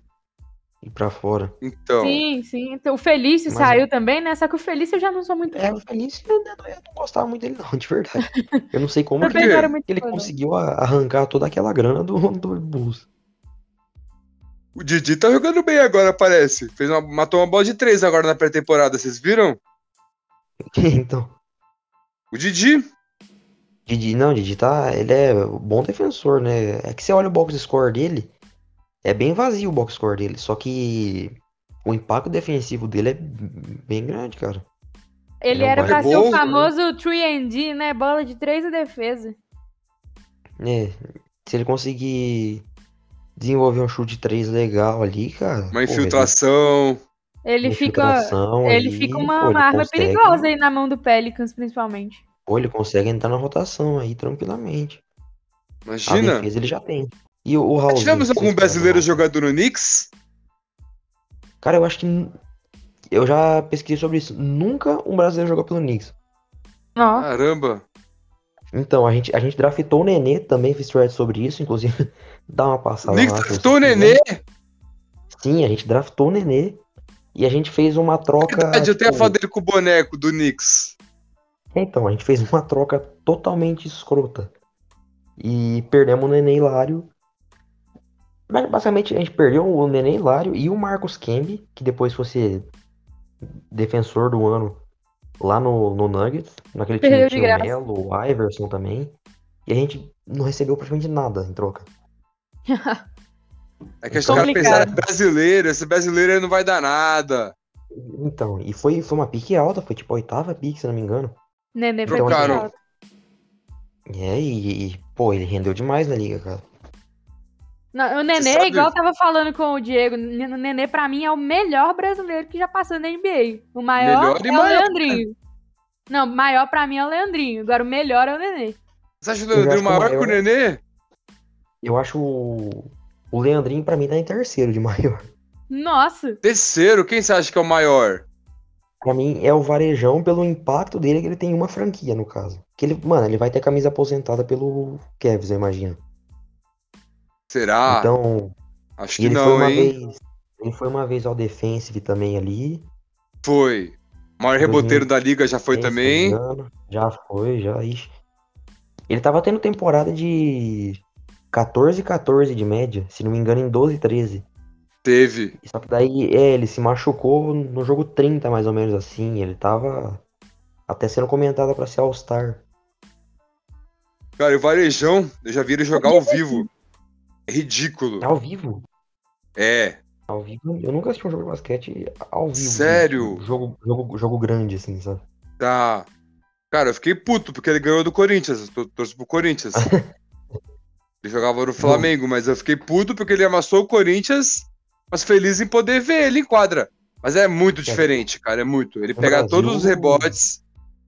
Speaker 3: ir pra fora.
Speaker 2: Então.
Speaker 1: Sim, sim. Então, o Felício
Speaker 3: Mas-
Speaker 1: saiu também, né? Só que o Felício eu já não sou muito
Speaker 3: É,
Speaker 1: fã.
Speaker 3: o Felício eu não, eu não gostava muito dele, não, de verdade. Eu não
Speaker 1: (laughs)
Speaker 3: sei como que
Speaker 1: Também
Speaker 2: Também quê?
Speaker 1: não era muito
Speaker 3: ele
Speaker 1: fã, não.
Speaker 3: conseguiu a- arrancar toda aquela grana do, do Bulls. (laughs)
Speaker 2: O Didi tá jogando bem agora, parece. Fez uma- matou uma bola de três agora na pré-temporada, vocês viram?
Speaker 3: Então,
Speaker 2: O Didi.
Speaker 3: Didi, não, Didi tá. Ele é um bom defensor, né? É que você olha o box score dele, é bem vazio o box score dele. Só que o impacto defensivo dele é bem grande, cara.
Speaker 1: Ele
Speaker 3: É,
Speaker 1: era
Speaker 2: mas
Speaker 1: pra
Speaker 2: é
Speaker 1: ser o
Speaker 2: bom, né?
Speaker 1: famoso 3 D, né? Bola de três e defesa.
Speaker 3: É, se ele conseguir desenvolver um chute 3 legal ali, cara. pô,
Speaker 2: Uma infiltração.
Speaker 3: ele-
Speaker 1: Ele
Speaker 3: uma
Speaker 1: fica.
Speaker 3: infiltração
Speaker 1: Ele
Speaker 3: ali,
Speaker 1: fica
Speaker 3: pô,
Speaker 1: uma,
Speaker 3: ele
Speaker 1: uma arma
Speaker 3: consegue-
Speaker 1: perigosa aí na mão do Pelicans, principalmente.
Speaker 3: Pô, ele consegue entrar na rotação aí tranquilamente. A
Speaker 2: Imagina.
Speaker 3: defesa ele já tem. E o, o Raul.
Speaker 2: Tivemos algum brasileiro jogando no Knicks?
Speaker 3: Cara, eu acho que. n- Eu já pesquisei sobre isso. Nunca um brasileiro jogou pelo Knicks.
Speaker 1: Ó,
Speaker 2: Ah, Caramba.
Speaker 3: Então, a gente, a gente draftou o Nenê também, fiz thread sobre isso, inclusive. (laughs) Dá uma passada
Speaker 2: Knicks
Speaker 3: lá, se
Speaker 2: draftou o
Speaker 3: você quiser.
Speaker 2: Nenê.
Speaker 3: Sim, a gente draftou o Nenê. E a gente fez uma troca.
Speaker 2: Verdade, eu tenho a
Speaker 3: tipo,
Speaker 2: foto dele com o boneco do Knicks.
Speaker 3: Então, a gente fez uma troca totalmente escrota. E perdemos o Nenê Hilário. Mas, Basicamente, a gente perdeu o Nenê Hilário e o Marcos Kembe, que depois fosse defensor do ano lá no, no Nuggets. Naquele time
Speaker 1: Perdeu
Speaker 3: que
Speaker 1: de
Speaker 3: tinha o
Speaker 1: graça.
Speaker 3: Melo, o Iverson também. E a gente não recebeu praticamente nada em troca.
Speaker 2: É que os caras
Speaker 1: Complicado.
Speaker 2: pensaram, é brasileiro, esse brasileiro aí não vai dar nada.
Speaker 3: Então, e foi, foi uma pique alta, foi tipo a oitava pique, se não me engano.
Speaker 1: Nenê foi
Speaker 3: Trocaram.
Speaker 1: campeão.
Speaker 3: É, e, e, pô, ele rendeu demais na liga, cara.
Speaker 1: Não, o
Speaker 2: Você
Speaker 1: Nenê,
Speaker 2: sabe-
Speaker 1: igual eu tava falando com o Diego, n- o Nenê pra mim é o melhor brasileiro que já passou na NBA. O maior
Speaker 2: Melhor e
Speaker 1: é
Speaker 2: maior,
Speaker 1: o Leandrinho. Não, o maior pra mim é o Leandrinho. Agora o melhor é o Nenê.
Speaker 2: Você acha o
Speaker 3: Eu
Speaker 2: Leandrinho
Speaker 3: acho que o
Speaker 2: maior que o
Speaker 3: maior-
Speaker 2: Nenê?
Speaker 3: Eu acho o, o Leandrinho, pra mim, tá em terceiro de (laughs) maior.
Speaker 1: Nossa,
Speaker 2: Terceiro, quem você acha que é o maior?
Speaker 3: Pra mim, é o Varejão pelo impacto dele que ele tem em uma franquia, no caso. Que ele, mano, ele vai ter camisa aposentada pelo Kevs, eu imagino.
Speaker 2: Será?
Speaker 3: então,
Speaker 2: acho Ah, que
Speaker 3: e ele foi
Speaker 2: não,
Speaker 3: uma
Speaker 2: hein?
Speaker 3: vez. Ele foi uma vez ao Defensive também ali.
Speaker 2: Foi. O maior reboteiro da liga já foi
Speaker 3: Sim,
Speaker 2: também.
Speaker 3: se não me engano. Já foi, já. Ixi. Ele tava tendo temporada de 14 14 de média, se não me engano, em 12 13.
Speaker 2: Teve.
Speaker 3: Só que daí, é, ele se machucou no jogo 30, mais ou menos assim. Ele tava até sendo comentado pra ser All-Star.
Speaker 2: Cara, e o Varejão, eu já vi ele jogar ao vivo. É ridículo.
Speaker 3: Ao vivo?
Speaker 2: É.
Speaker 3: Ao vivo? Eu nunca assisti um jogo de basquete ao vivo.
Speaker 2: Sério?
Speaker 3: Um Jogo, jogo, jogo grande, assim, sabe?
Speaker 2: Tá. Cara, eu fiquei puto porque ele ganhou do Corinthians. Eu torço pro Corinthians. ele jogava no Flamengo, mas eu fiquei puto porque ele amassou o Corinthians, mas feliz em poder ver ele em quadra. Mas é muito diferente, cara, é muito. Ele
Speaker 3: No
Speaker 2: pegava
Speaker 3: Brasil-
Speaker 2: todos os rebotes,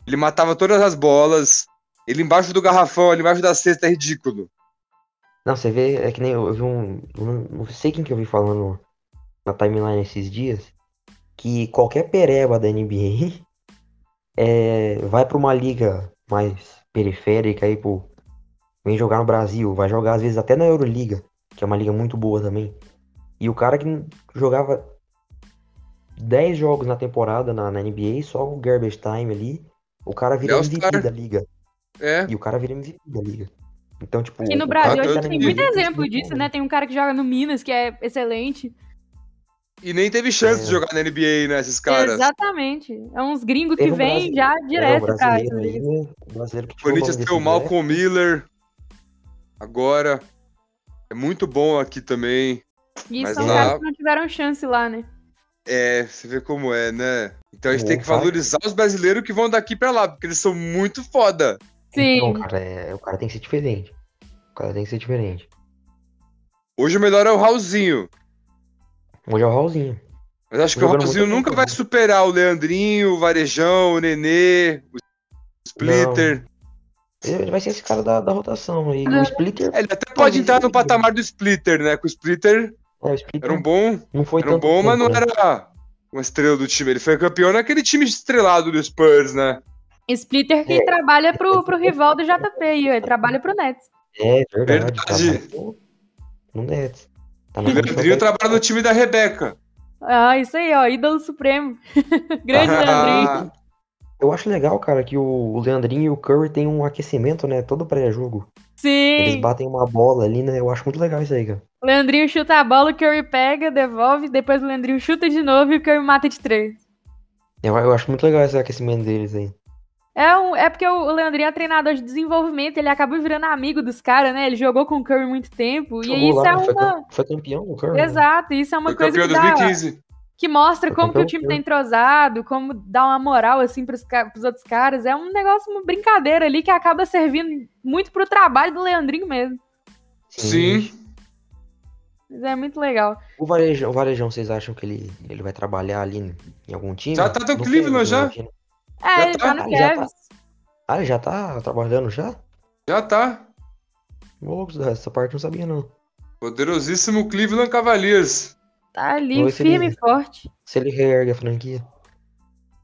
Speaker 2: ele matava todas as bolas, ele embaixo do garrafão, ele embaixo da cesta, é ridículo.
Speaker 3: Não, você vê, é que nem eu, eu vi um, eu não, não sei quem que eu vi falando na timeline esses dias, que qualquer pereba da NBA (laughs) é, vai pra uma liga mais periférica aí, pô, vem jogar no Brasil, vai jogar às vezes até na Euroliga, que é uma liga muito boa também. E o cara que jogava 10 jogos na temporada na, na NBA, só o garbage time ali, o cara vira
Speaker 2: É o
Speaker 3: MVP
Speaker 2: cara.
Speaker 3: da liga.
Speaker 2: É.
Speaker 3: E o cara vira MVP da liga. Então, tipo,
Speaker 1: que no
Speaker 3: o cara
Speaker 1: Brasil
Speaker 3: que
Speaker 1: a gente
Speaker 3: tá na
Speaker 1: tem
Speaker 2: eu-
Speaker 1: muito
Speaker 3: NBA,
Speaker 1: exemplo
Speaker 3: muito
Speaker 1: disso,
Speaker 3: bom.
Speaker 1: né? Tem um cara que joga no Minas que é excelente.
Speaker 2: E nem teve chance
Speaker 3: É.
Speaker 2: de jogar na NBA, né, esses caras.
Speaker 1: Exatamente. É uns gringos
Speaker 3: Teve
Speaker 1: que
Speaker 3: um
Speaker 1: vêm
Speaker 3: brasile-
Speaker 1: já
Speaker 3: É, o
Speaker 1: direto pra
Speaker 3: brasileiro
Speaker 1: essas
Speaker 3: aí,
Speaker 1: ligas.
Speaker 3: né? O brasileiro que
Speaker 2: O
Speaker 3: tirou o
Speaker 2: Corinthians
Speaker 3: nome
Speaker 2: tem o
Speaker 3: desse
Speaker 2: Malcolm Miller. Agora. É muito bom aqui também.
Speaker 1: E
Speaker 2: Mas
Speaker 1: são
Speaker 3: lá-
Speaker 1: caras que não tiveram chance lá, né?
Speaker 2: É, você vê como é, né? Então a gente
Speaker 3: É,
Speaker 2: tem que
Speaker 3: cara.
Speaker 2: valorizar os brasileiros que vão daqui pra lá, porque eles são muito foda.
Speaker 1: Sim.
Speaker 3: Não, cara, é- o cara tem que ser diferente. O cara tem que ser diferente.
Speaker 2: Hoje o melhor é o Raulzinho.
Speaker 3: Hoje é o Raulzinho.
Speaker 2: Mas acho que o
Speaker 3: Jogando
Speaker 2: Raulzinho
Speaker 3: muito bem
Speaker 2: nunca
Speaker 3: também.
Speaker 2: vai superar o Leandrinho, o Varejão, o Nenê, o Splitter.
Speaker 3: Ele vai ser esse cara da, da rotação aí.
Speaker 1: Ah.
Speaker 3: O Splitter.
Speaker 2: É, Ele até pode entrar no
Speaker 3: Talvez.
Speaker 2: patamar do Splitter, né? Com o Splitter
Speaker 3: É, o Splitter
Speaker 2: era um bom,
Speaker 3: não foi
Speaker 2: era um
Speaker 3: tanto.
Speaker 2: bom, mas não
Speaker 3: tempo, né?
Speaker 2: era uma estrela do time. Ele foi campeão naquele time estrelado do Spurs, né?
Speaker 1: Splitter
Speaker 3: é.
Speaker 1: que trabalha pro, pro rival do JP, aí, ó, ele trabalha pro Nets.
Speaker 3: É, verdade.
Speaker 2: Verdade.
Speaker 3: Tá mais- no Nets. Tá
Speaker 2: O
Speaker 3: mais-
Speaker 2: Leandrinho trabalha no time da Rebeca.
Speaker 1: Ah, isso aí, ó, ídolo supremo. (laughs)
Speaker 2: (laughs)
Speaker 1: Grande Leandrinho.
Speaker 2: Ah,
Speaker 3: Eu acho legal, cara, que o, o Leandrinho e o Curry tem um aquecimento, né? Todo pré-jogo. Eles
Speaker 1: Sim.
Speaker 3: batem uma bola ali, né? Eu acho muito legal isso aí, cara.
Speaker 1: Leandrinho chuta a bola, o Curry pega, devolve, depois o Leandrinho chuta de novo e o Curry mata de três.
Speaker 3: Eu, eu acho muito legal esse aquecimento deles aí.
Speaker 1: É, um, é porque o o Leandrinho é treinador de desenvolvimento, ele acaba virando amigo dos caras, né? Ele jogou com o Curry muito tempo. E
Speaker 3: Jogou
Speaker 1: isso
Speaker 3: lá,
Speaker 1: é
Speaker 3: né? foi,
Speaker 1: uma.
Speaker 3: cam- foi campeão o Curry. né?
Speaker 1: Exato, isso é uma
Speaker 2: foi
Speaker 1: coisa
Speaker 2: campeão
Speaker 1: que,
Speaker 2: em
Speaker 1: dá,
Speaker 2: 2015.
Speaker 1: que mostra como que o
Speaker 3: campeão
Speaker 1: time tá
Speaker 3: europeu.
Speaker 1: entrosado, como dá uma moral assim pros, ca- pros outros caras. É um negócio, uma brincadeira ali que acaba servindo muito pro trabalho do Leandrinho mesmo.
Speaker 2: Sim.
Speaker 1: Mas é muito legal.
Speaker 3: O Varejão, o Varejão, vocês acham que ele, ele vai trabalhar ali em algum time?
Speaker 2: Já tá no
Speaker 3: No
Speaker 2: Cleveland,
Speaker 3: Cavs,
Speaker 2: já?
Speaker 3: imagino.
Speaker 1: É,
Speaker 2: Já
Speaker 1: ele
Speaker 2: tá,
Speaker 1: tá no
Speaker 3: ele já tá.
Speaker 1: Cavs.
Speaker 3: Ah, ele já tá trabalhando já?
Speaker 2: Já tá.
Speaker 3: Ô, Loucos, essa parte eu não sabia não.
Speaker 2: Poderosíssimo Cleveland Cavaliers.
Speaker 1: Tá ali,
Speaker 3: Oi,
Speaker 1: firme e
Speaker 3: Felipe.
Speaker 1: forte.
Speaker 3: Se ele reergue a franquia.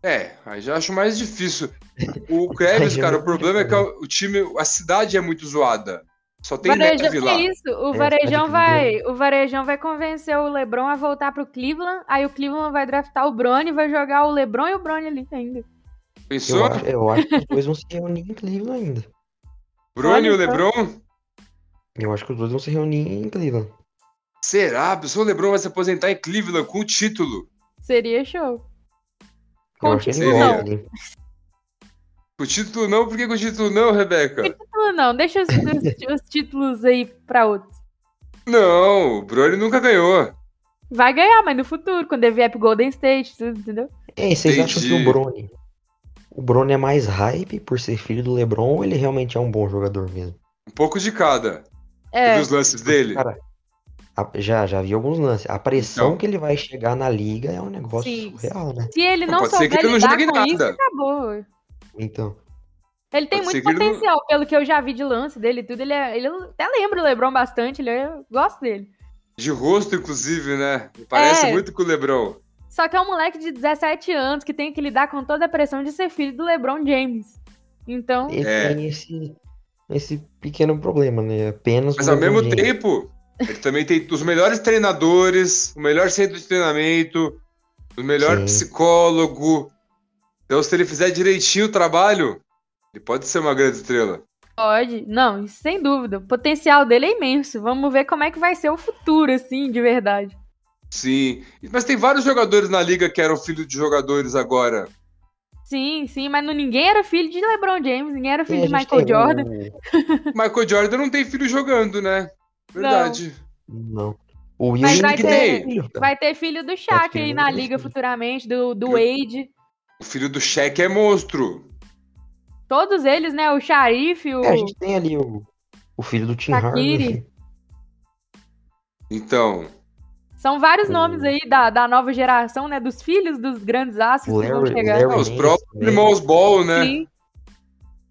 Speaker 2: É, aí já acho mais difícil.
Speaker 3: (laughs)
Speaker 2: O Cavs,
Speaker 3: Aí já
Speaker 2: cara,
Speaker 3: não
Speaker 2: o problema é que
Speaker 3: adianta.
Speaker 2: o time, a cidade é muito zoada. Só tem
Speaker 1: Varejão,
Speaker 2: neve
Speaker 1: que
Speaker 2: lá.
Speaker 1: isso? O
Speaker 3: É,
Speaker 1: Varejão
Speaker 3: cidade
Speaker 1: vai, o Varejão vai convencer o LeBron a voltar pro Cleveland, aí o Cleveland vai draftar o Bronny, vai jogar o LeBron e o Bronny ali ainda.
Speaker 3: Eu
Speaker 2: Pensou?
Speaker 3: acho, eu acho que os dois vão se reunir em Cleveland ainda.
Speaker 2: Bruno e o
Speaker 1: Olha só.
Speaker 2: Lebron?
Speaker 3: Eu acho que os dois vão se reunir em Cleveland.
Speaker 2: Será? Pensou o Lebron vai se aposentar em Cleveland com o título?
Speaker 1: Seria show.
Speaker 3: Eu
Speaker 1: Com
Speaker 3: acho que
Speaker 1: título
Speaker 2: seria.
Speaker 3: ele
Speaker 1: não.
Speaker 3: volta ali.
Speaker 2: Com o título não? Por que
Speaker 1: (laughs)
Speaker 2: com o título não, Rebeca?
Speaker 1: título não, deixa os, os- os títulos aí pra outros.
Speaker 2: Não, o Brony nunca ganhou.
Speaker 1: Vai ganhar, mas no futuro, quando ele vier pro Golden State, tudo, entendeu?
Speaker 3: Ei, vocês
Speaker 2: Entendi.
Speaker 3: acham que o Brony. O Brony é mais hype por ser filho do Lebron ou ele realmente é um bom jogador mesmo?
Speaker 2: Um pouco de cada. Você
Speaker 1: É,
Speaker 2: viu os lances dele?
Speaker 3: Cara, a- já, já vi alguns lances. A pressão
Speaker 2: Então.
Speaker 3: que ele vai chegar na liga é um negócio
Speaker 1: Sim.
Speaker 3: surreal, né?
Speaker 1: se ele
Speaker 2: Não,
Speaker 1: não,
Speaker 2: pode ser
Speaker 1: souber
Speaker 2: que ele não
Speaker 1: lidar
Speaker 2: jogue
Speaker 1: com isso,
Speaker 2: nada.
Speaker 1: acabou.
Speaker 3: Então,
Speaker 1: Ele tem
Speaker 2: Pode ser
Speaker 1: muito
Speaker 2: que ele não-
Speaker 1: potencial, pelo que eu já vi de lance dele e tudo. Ele, é- ele até lembra o Lebron bastante, ele, é- eu gosto dele.
Speaker 2: De rosto, inclusive, né? Parece
Speaker 1: É.
Speaker 2: muito com o Lebron.
Speaker 1: Só que é um moleque de 17 anos que tem que lidar com toda a pressão de ser filho do Lebron James. Então,
Speaker 3: ele
Speaker 2: É.
Speaker 3: tem esse, esse pequeno problema, né? Apenas
Speaker 2: Mas
Speaker 3: o
Speaker 2: ao mesmo
Speaker 3: LeBron James.
Speaker 2: tempo, ele também tem os melhores treinadores, o melhor centro de treinamento, o melhor
Speaker 3: Sim.
Speaker 2: psicólogo. Então, se ele fizer direitinho o trabalho, ele pode ser uma grande estrela.
Speaker 1: pode. Não, isso sem dúvida. O potencial dele é imenso. Vamos ver como é que vai ser o futuro, assim, de verdade.
Speaker 2: Sim. Mas tem vários jogadores na liga que eram filho de jogadores agora.
Speaker 1: Sim, sim, mas não, ninguém era filho de LeBron James, ninguém era
Speaker 3: Sim, a
Speaker 1: filho de
Speaker 3: gente
Speaker 1: Michael
Speaker 3: tem um o-
Speaker 1: Jordan.
Speaker 2: Michael Jordan não tem filho jogando, né? Verdade.
Speaker 3: Não. O Will
Speaker 1: Mas
Speaker 2: vai
Speaker 3: que
Speaker 2: ter-
Speaker 3: filho, cara.
Speaker 1: Vai ter filho do Shaq
Speaker 3: que
Speaker 1: aí
Speaker 3: não
Speaker 1: na
Speaker 3: vai
Speaker 1: liga
Speaker 3: ser.
Speaker 1: futuramente, do, do Wade.
Speaker 2: O filho do Shaq é monstro.
Speaker 1: Todos eles, né? O Sharif, o.
Speaker 3: É, a gente tem ali o, o filho do Tim
Speaker 1: Shaqiri.
Speaker 3: Harden.
Speaker 2: Então,
Speaker 1: São vários
Speaker 3: O-
Speaker 1: nomes aí da, da nova geração, né? Dos filhos dos grandes astros
Speaker 3: O
Speaker 1: que vão
Speaker 3: Larry,
Speaker 1: chegar.
Speaker 3: Larry
Speaker 2: ah, os
Speaker 3: Nance
Speaker 2: próprios
Speaker 3: também.
Speaker 2: irmãos Ball, né?
Speaker 1: Sim.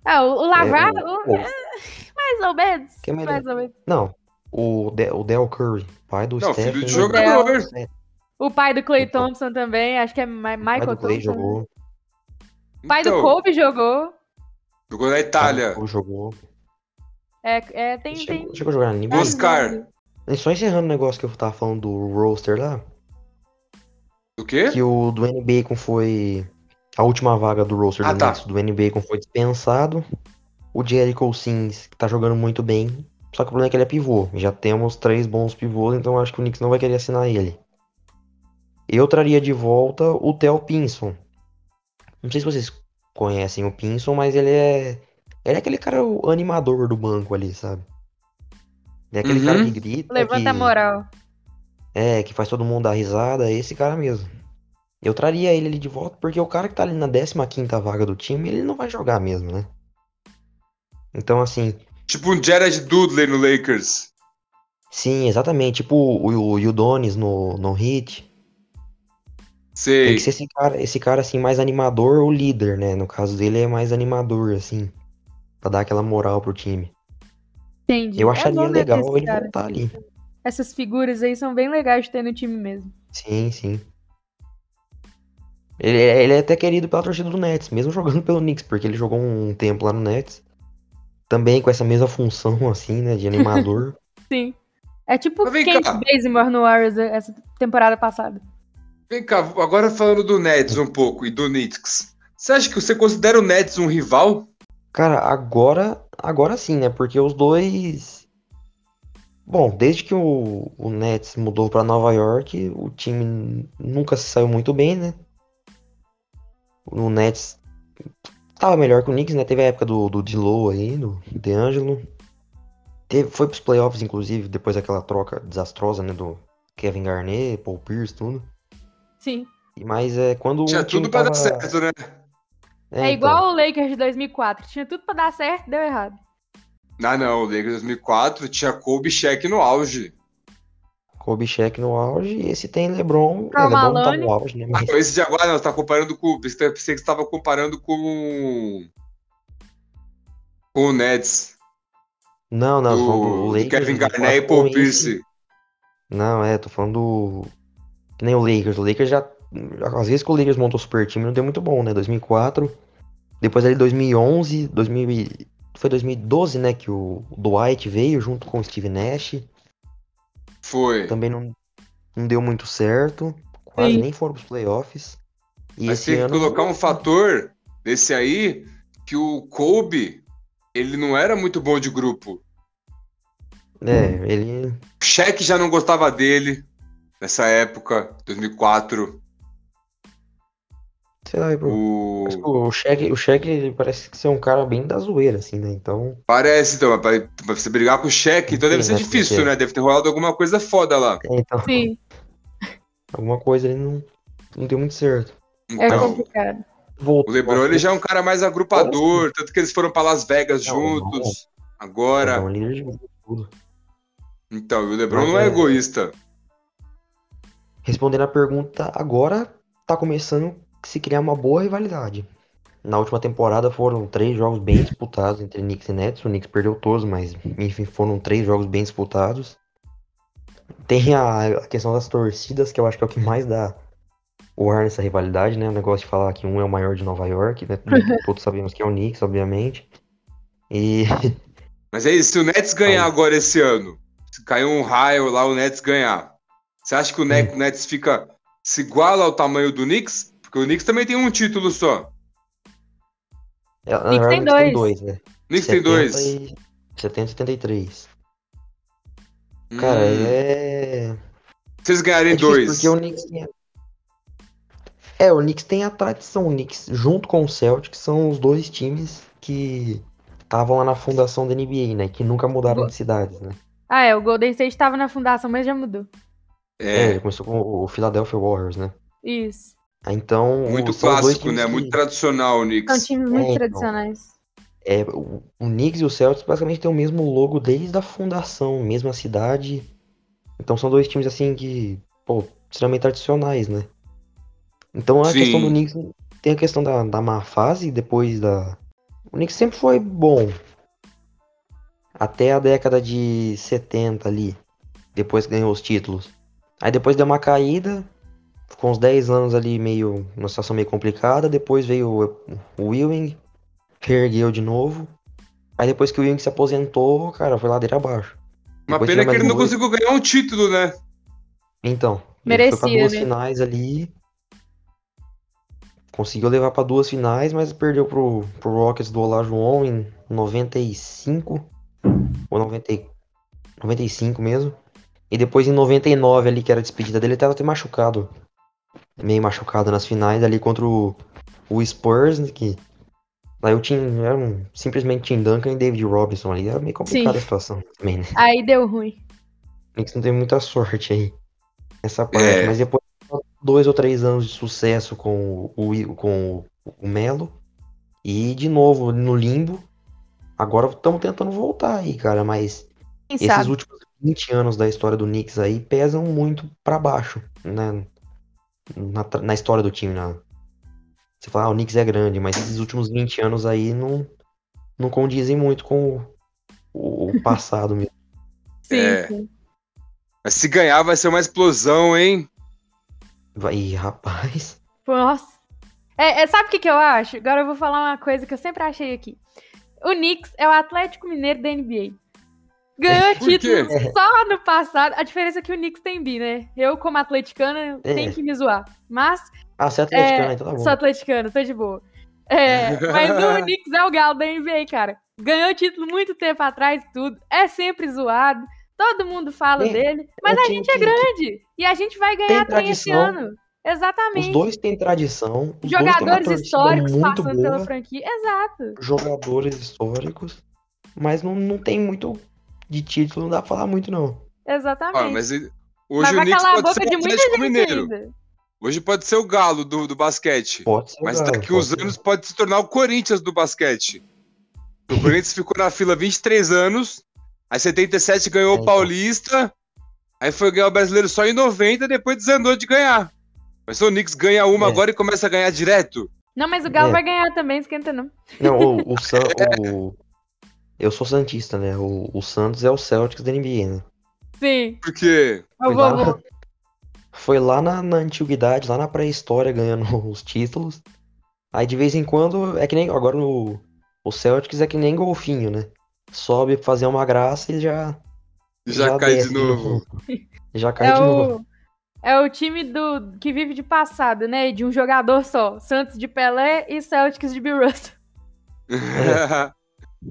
Speaker 1: É, o, o Lavar,
Speaker 3: É,
Speaker 1: o-
Speaker 3: o-
Speaker 1: mais ou menos.
Speaker 3: Quem é melhor?
Speaker 1: mais ou menos.
Speaker 3: Não, o, De, o Del Curry, pai do
Speaker 2: Não,
Speaker 3: Stephen.
Speaker 2: filho de
Speaker 3: né?
Speaker 1: É,
Speaker 2: jogador.
Speaker 1: O pai do Clay
Speaker 3: Então.
Speaker 1: Thompson também, acho que é Ma-
Speaker 3: Pai
Speaker 1: Michael
Speaker 3: do Clay
Speaker 1: Thompson.
Speaker 3: jogou.
Speaker 1: O pai do
Speaker 2: Então,
Speaker 1: Kobe jogou.
Speaker 2: Jogou na Itália.
Speaker 3: Jogou, jogou.
Speaker 1: É, é, tem, tem.
Speaker 3: Chegou, chegou a jogar na NBA.
Speaker 1: vários
Speaker 2: Oscar.
Speaker 1: nomes.
Speaker 3: E Só encerrando o negócio que eu tava falando do roster lá,
Speaker 2: Do quê?
Speaker 3: que o do NBA com foi a última vaga do roster
Speaker 2: Ah,
Speaker 3: do
Speaker 2: tá.
Speaker 3: Knicks do NBA com foi dispensado. O Jericho Sims, que tá jogando muito bem, só que o problema é que ele é pivô. Já temos três bons pivôs, então acho que o Knicks não vai querer assinar ele. Eu traria de volta o Theo Pinson. Não sei se vocês conhecem o Pinson, mas ele é ele é aquele cara o animador do banco ali, sabe? Ele é aquele
Speaker 2: Uhum.
Speaker 3: cara que grita,
Speaker 1: Levanta a
Speaker 3: que-
Speaker 1: moral.
Speaker 3: é, que faz todo mundo dar risada, é esse cara mesmo. Eu traria ele ali de volta porque o cara que tá ali na 15ª vaga do time, ele não vai jogar mesmo, né? Então, assim,
Speaker 2: Tipo um Jared Dudley no Lakers.
Speaker 3: sim, exatamente. Tipo o, o Udonis no, no Hit. Tem
Speaker 2: Sei.
Speaker 3: que ser esse cara, esse cara, assim, mais animador ou líder, né? No caso dele é mais animador, assim. Pra dar aquela moral pro time.
Speaker 1: Entendi.
Speaker 3: Eu
Speaker 1: É
Speaker 3: acharia
Speaker 1: bom ver
Speaker 3: legal
Speaker 1: esses
Speaker 3: ele
Speaker 1: caras.
Speaker 3: voltar ali.
Speaker 1: Essas figuras aí são bem legais de ter no time mesmo.
Speaker 3: Sim, sim. Ele, ele é até querido pela torcida do Nets, mesmo (laughs) jogando pelo Knicks, porque ele jogou um tempo lá no Nets. Também com essa mesma função, assim, né, de animador.
Speaker 1: Sim. É tipo
Speaker 2: Mas vem
Speaker 1: Kate
Speaker 2: cá.
Speaker 1: Bazemore no Warriors né, essa temporada passada.
Speaker 2: Vem cá, agora falando do Nets um pouco e do Knicks. Você acha que você considera o Nets um rival?
Speaker 3: Cara, agora, agora sim, né, porque os dois... Bom, desde que o, o Nets mudou pra Nova York, o time nunca se saiu muito bem, né? O Nets tava melhor que o Knicks, né? Teve a época do, do D'Lo aí, do DeAngelo. Teve, foi pros playoffs, inclusive, depois daquela troca desastrosa, né? Do Kevin Garnett, Paul Pierce, tudo.
Speaker 1: Sim.
Speaker 3: E, mas é quando
Speaker 2: Tinha
Speaker 3: o time
Speaker 2: tudo pra dar
Speaker 3: tava-
Speaker 2: certo, né?
Speaker 1: É,
Speaker 3: então.
Speaker 1: igual o Lakers de 2004. Tinha tudo pra dar certo, deu errado.
Speaker 2: Ah, não. O Lakers 2004 tinha Kobe e Shaq no auge.
Speaker 3: Kobe Shaq no auge e esse tem LeBron.
Speaker 1: Karl
Speaker 3: É, LeBron não tá
Speaker 1: Malone.
Speaker 3: no auge, né?
Speaker 2: Ah,
Speaker 3: Mas (laughs)
Speaker 2: não, esse de agora, não. Você tá comparando com... Você pensei que você tava comparando com... Com o Nets.
Speaker 3: não, não, tô falando do
Speaker 2: o
Speaker 3: Lakers.
Speaker 2: Kevin
Speaker 3: do
Speaker 2: Garnett e
Speaker 3: quatro
Speaker 2: Paul
Speaker 3: com esse-
Speaker 2: Pierce.
Speaker 3: Não, é, tô falando do. Que nem o Lakers. O Lakers já. Às vezes que o Lakers montou o super time não deu muito bom, né? 2004. Depois ali 2011, 2000... e- foi 2012, né? Que o Dwight veio junto com o Steve Nash.
Speaker 2: Foi.
Speaker 3: Também não, não deu muito certo. Quase
Speaker 1: Sim.
Speaker 3: nem foram pros playoffs. E
Speaker 2: Mas
Speaker 3: esse
Speaker 2: tem que
Speaker 3: ano.
Speaker 2: colocar um fator nesse aí que o Kobe, ele não era muito bom de grupo.
Speaker 3: É, ele.
Speaker 2: O Shaq já não gostava dele nessa época, 2004.
Speaker 3: Sei lá, eu- mas,
Speaker 2: O...
Speaker 3: pô, o Shaq, o Shaq ele parece ser um cara bem da zoeira, assim, né? Então,
Speaker 2: Parece, então, mas pra, pra você brigar com o cheque, então deve
Speaker 3: Sim,
Speaker 2: ser
Speaker 3: deve
Speaker 2: difícil,
Speaker 3: ser.
Speaker 2: né? Deve ter rolado alguma coisa foda lá.
Speaker 3: então (laughs)
Speaker 1: Sim,
Speaker 3: alguma coisa ele não, não deu muito certo.
Speaker 1: é
Speaker 2: Então,
Speaker 1: complicado.
Speaker 2: o
Speaker 3: Voltou
Speaker 2: LeBron ele já é um cara mais agrupador, tanto que eles foram pra Las Vegas
Speaker 3: Não,
Speaker 2: juntos. Agora.
Speaker 3: Não, então, ele já jogou tudo.
Speaker 2: Então, o LeBron
Speaker 3: Não,
Speaker 2: não é
Speaker 3: é.
Speaker 2: egoísta.
Speaker 3: Respondendo a pergunta, agora tá começando a se criar uma boa rivalidade. Na última temporada foram três jogos bem disputados entre Knicks e Nets. O Knicks perdeu todos, mas enfim, foram três jogos bem disputados. Tem a a questão das torcidas, que eu acho que é o que mais dá o ar nessa rivalidade, né? O negócio de falar que um é o maior de Nova York,
Speaker 1: (laughs)
Speaker 3: né? Todos sabemos que é o Knicks, obviamente. E (laughs)
Speaker 2: Mas é isso, se o Nets ganhar agora esse ano, se cair um raio lá, o Nets ganhar, você acha que o Ne- Nets fica se iguala ao tamanho do Knicks? Porque o Knicks também tem um título só.
Speaker 3: na
Speaker 1: Knicks tem
Speaker 3: verdade, o Knicks tem
Speaker 1: dois.
Speaker 3: dois, né?
Speaker 2: O Knicks tem dois.
Speaker 3: 70 e- 70 e 73. Cara,
Speaker 2: Hum.
Speaker 3: é.
Speaker 2: Vocês
Speaker 3: É
Speaker 2: ganharem
Speaker 3: difícil,
Speaker 2: dois.
Speaker 3: Porque o Knicks tem... É, o Knicks tem a tradição. O Knicks, junto com o Celtic, são os dois times que estavam lá na fundação da NBA, né? Que nunca mudaram
Speaker 2: É.
Speaker 3: de cidades, né?
Speaker 1: Ah, é, o Golden State estava na fundação, mas já mudou.
Speaker 2: É,
Speaker 3: ele começou com o Philadelphia Warriors, né?
Speaker 1: Isso.
Speaker 3: Ah, Então,
Speaker 2: muito
Speaker 3: são os dois
Speaker 2: clássico,
Speaker 3: times
Speaker 2: né?
Speaker 3: que-
Speaker 2: Muito tradicional o
Speaker 1: São
Speaker 2: Knicks.
Speaker 1: times muito
Speaker 3: É, então.
Speaker 1: tradicionais.
Speaker 3: é, o, o Knicks e o Celtics basicamente têm o mesmo logo desde a fundação, mesma cidade. Então são dois times assim que, pô, extremamente tradicionais, né? Então a
Speaker 2: Sim.
Speaker 3: questão do Knicks tem a questão da, da má fase depois da. O Knicks sempre foi bom. Até a década de 70 ali. Depois que ganhou os títulos. Aí depois deu uma caída. Ficou uns 10 anos ali meio. Uma situação meio complicada. Depois veio o- o Ewing reergueu de novo. Aí depois que o Young se aposentou, cara, foi ladeira abaixo.
Speaker 2: Uma
Speaker 3: Depois
Speaker 2: pena
Speaker 3: tiver
Speaker 2: que ele
Speaker 3: mais
Speaker 2: não
Speaker 3: dois.
Speaker 2: conseguiu ganhar um título, né?
Speaker 3: Então, ele foi pra
Speaker 1: Merecia,
Speaker 3: duas
Speaker 1: né?
Speaker 3: finais ali. Conseguiu levar pra duas finais, mas perdeu pro, pro Rockets do Olajuwon em 95 ou 90, e- 95 mesmo. E depois em 99 ali, que era a despedida dele, ele tava até machucado. Meio machucado nas finais ali contra o, o Spurs, né, que lá eu tinha era um- simplesmente Tim Duncan e David Robinson ali. Era meio complicada a situação também, né?
Speaker 1: Aí deu ruim.
Speaker 3: Knicks não tem muita sorte aí nessa parte.
Speaker 2: É.
Speaker 3: Mas depois dois ou três anos de sucesso com o, o- com o, o Melo. E de novo no limbo. Agora estamos tentando voltar aí, cara. Mas
Speaker 1: Quem
Speaker 3: esses
Speaker 1: sabe?
Speaker 3: últimos 20 anos da história do Knicks aí pesam muito pra baixo, né? Na, tra- na história do time, né? Você fala, ah, o Knicks é grande, mas esses últimos 20 anos aí não, não condizem muito com o- o, o passado mesmo.
Speaker 1: Sim,
Speaker 2: É.
Speaker 1: sim.
Speaker 2: Mas se ganhar vai ser uma explosão, hein?
Speaker 3: Vai, (laughs) Ih, rapaz.
Speaker 1: Pô, Nossa. É, é, sabe o que, que eu acho? Agora eu vou falar uma coisa que eu sempre achei aqui. O Knicks é o Atlético Mineiro da NBA.
Speaker 3: É,
Speaker 1: Ganhou
Speaker 2: Por quê?
Speaker 1: título só no passado. A diferença é que o Knicks tem bi, né? Eu, como atleticana,
Speaker 3: É.
Speaker 1: tenho que me zoar. Mas
Speaker 3: Ah, você é atleticano, então tá bom.
Speaker 1: sou atleticana, tô de boa.
Speaker 3: (laughs)
Speaker 1: É, mas o Knicks é o galo da NBA, cara. Ganhou título muito tempo atrás e tudo. É sempre zoado. Todo mundo fala
Speaker 3: É,
Speaker 1: dele. Mas
Speaker 3: É um
Speaker 1: a
Speaker 3: time
Speaker 1: gente é
Speaker 3: que-
Speaker 1: grande. E a gente vai ganhar trem esse
Speaker 3: tradição.
Speaker 1: ano.
Speaker 3: que Os
Speaker 1: Exatamente.
Speaker 3: dois têm tradição. os dois têm uma
Speaker 1: Jogadores
Speaker 3: torcida
Speaker 1: históricos
Speaker 3: tá muito
Speaker 1: passando
Speaker 3: boa,
Speaker 1: pela franquia. Exato.
Speaker 3: Jogadores históricos. Mas não, não tem muito de título, não dá pra falar muito, não.
Speaker 1: Exatamente.
Speaker 2: Ah, mas e-
Speaker 1: Mas
Speaker 2: hoje o
Speaker 1: vai
Speaker 2: Knicks
Speaker 1: calar a boca
Speaker 2: pode ser
Speaker 1: de
Speaker 2: o
Speaker 1: muita
Speaker 2: Atlético
Speaker 1: gente
Speaker 2: Mineiro.
Speaker 1: ainda.
Speaker 2: Hoje pode ser o galo do, do basquete.
Speaker 3: Pode ser.
Speaker 2: Mas
Speaker 3: Galo,
Speaker 2: daqui
Speaker 3: pode
Speaker 2: uns
Speaker 3: ser.
Speaker 2: anos pode se tornar o Corinthians do basquete. O Corinthians ficou na fila 23 anos, aí 77 ganhou
Speaker 3: É,
Speaker 2: o
Speaker 3: então.
Speaker 2: Paulista, aí foi ganhar o Brasileiro só em 90 depois desandou de ganhar. Mas se o Knicks ganha uma
Speaker 3: É.
Speaker 2: agora e começa a ganhar direto,
Speaker 1: Não, mas o Galo
Speaker 3: É.
Speaker 1: vai ganhar também, esquenta não.
Speaker 3: Não, o, o, San,
Speaker 2: (laughs)
Speaker 3: o- Eu sou Santista, né? O, o Santos é o Celtics da NBA, né?
Speaker 1: Sim,
Speaker 2: porque
Speaker 1: eu
Speaker 3: Foi lá,
Speaker 1: vou.
Speaker 3: foi lá na, na antiguidade, lá na pré-história, ganhando (laughs) os títulos. Aí de vez em quando, é que nem. Agora o, o Celtics é que nem golfinho, né? Sobe pra fazer uma graça e já.
Speaker 2: já, cai
Speaker 3: desce
Speaker 2: de novo.
Speaker 3: Já cai
Speaker 1: É
Speaker 3: de novo.
Speaker 1: o, é o time do que vive de passado, né? De um jogador só. Santos de Pelé e Celtics de Bill Russell. (laughs)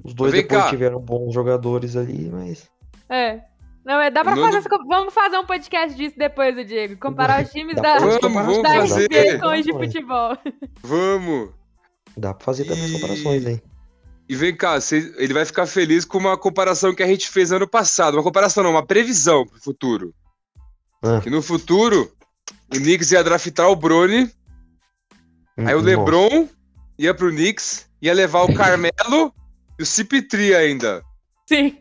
Speaker 3: Os dois
Speaker 2: Vem
Speaker 3: depois
Speaker 2: cá.
Speaker 3: tiveram bons jogadores ali, mas.
Speaker 1: É. Não, é- dá pra
Speaker 2: Não-
Speaker 1: fazer essa co- Vamos fazer um podcast disso depois, o Diego. Comparar os times da,
Speaker 2: Vamos,
Speaker 3: pra fazer
Speaker 1: da
Speaker 2: vamos
Speaker 3: comparações, dá
Speaker 1: NBA
Speaker 2: fazer.
Speaker 3: pra
Speaker 1: com os de
Speaker 3: comparações.
Speaker 1: futebol. (laughs)
Speaker 2: (laughs) Vamos.
Speaker 3: Dá pra fazer também as
Speaker 2: E-
Speaker 3: comparações, hein?
Speaker 2: E vem cá, cê- ele vai ficar feliz com uma comparação que a gente fez ano passado. Uma comparação não, uma previsão pro futuro.
Speaker 3: Ah.
Speaker 2: Que no futuro, o Knicks ia draftar o Brony, aí o
Speaker 3: Nossa.
Speaker 2: LeBron ia pro Knicks, ia levar o Carmelo e o Cipitri ainda.
Speaker 1: Sim.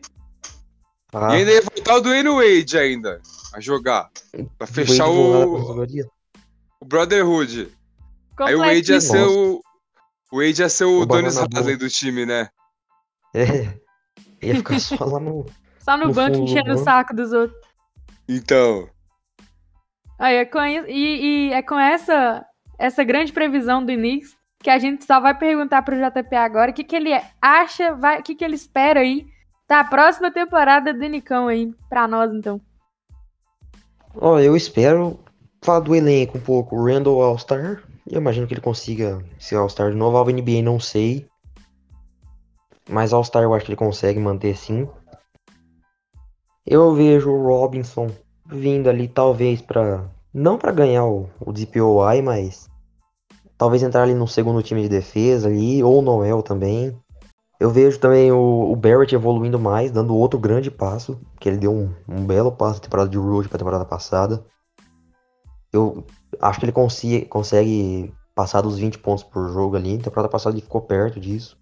Speaker 3: Ah,
Speaker 2: E ainda ia voltar o Dwayne Wade ainda a jogar. Pra fechar
Speaker 3: Wade voltar pra
Speaker 2: o,
Speaker 3: categoria.
Speaker 2: o Brotherhood. Aí o Wade ia
Speaker 1: Completíssimo.
Speaker 2: ser o... O Wade ia ser o,
Speaker 3: O
Speaker 2: Donis
Speaker 3: banana
Speaker 2: Hadley do time, né?
Speaker 3: É. Ia ficar (laughs) só lá no.
Speaker 1: Só no
Speaker 3: no
Speaker 1: banco
Speaker 3: fundo do
Speaker 1: enchendo o
Speaker 3: banco.
Speaker 1: saco dos outros.
Speaker 2: Então...
Speaker 1: Aí é com, isso- e, e é com essa, essa grande previsão do Knicks que a gente só vai perguntar pro JP agora o que, que ele acha, vai- o que, que ele espera aí da próxima temporada do Nicão aí, pra nós então.
Speaker 3: Ó, eu espero falar do elenco um pouco. O Randall All-Star. Eu imagino que ele consiga ser All-Star de novo. Ao NBA não sei. Mas All-Star eu acho que ele consegue manter sim. Eu vejo o Robinson vindo ali, talvez pra. Não pra ganhar o, o DPOI, mas. Talvez entrar ali no segundo time de defesa ali. Ou o Noel também. Eu vejo também o, o Barrett evoluindo mais, dando outro grande passo, que ele deu um, um belo passo na temporada de Road para a temporada passada. Eu acho que ele consi- consegue passar dos 20 pontos por jogo ali. Na temporada passada ele ficou perto disso.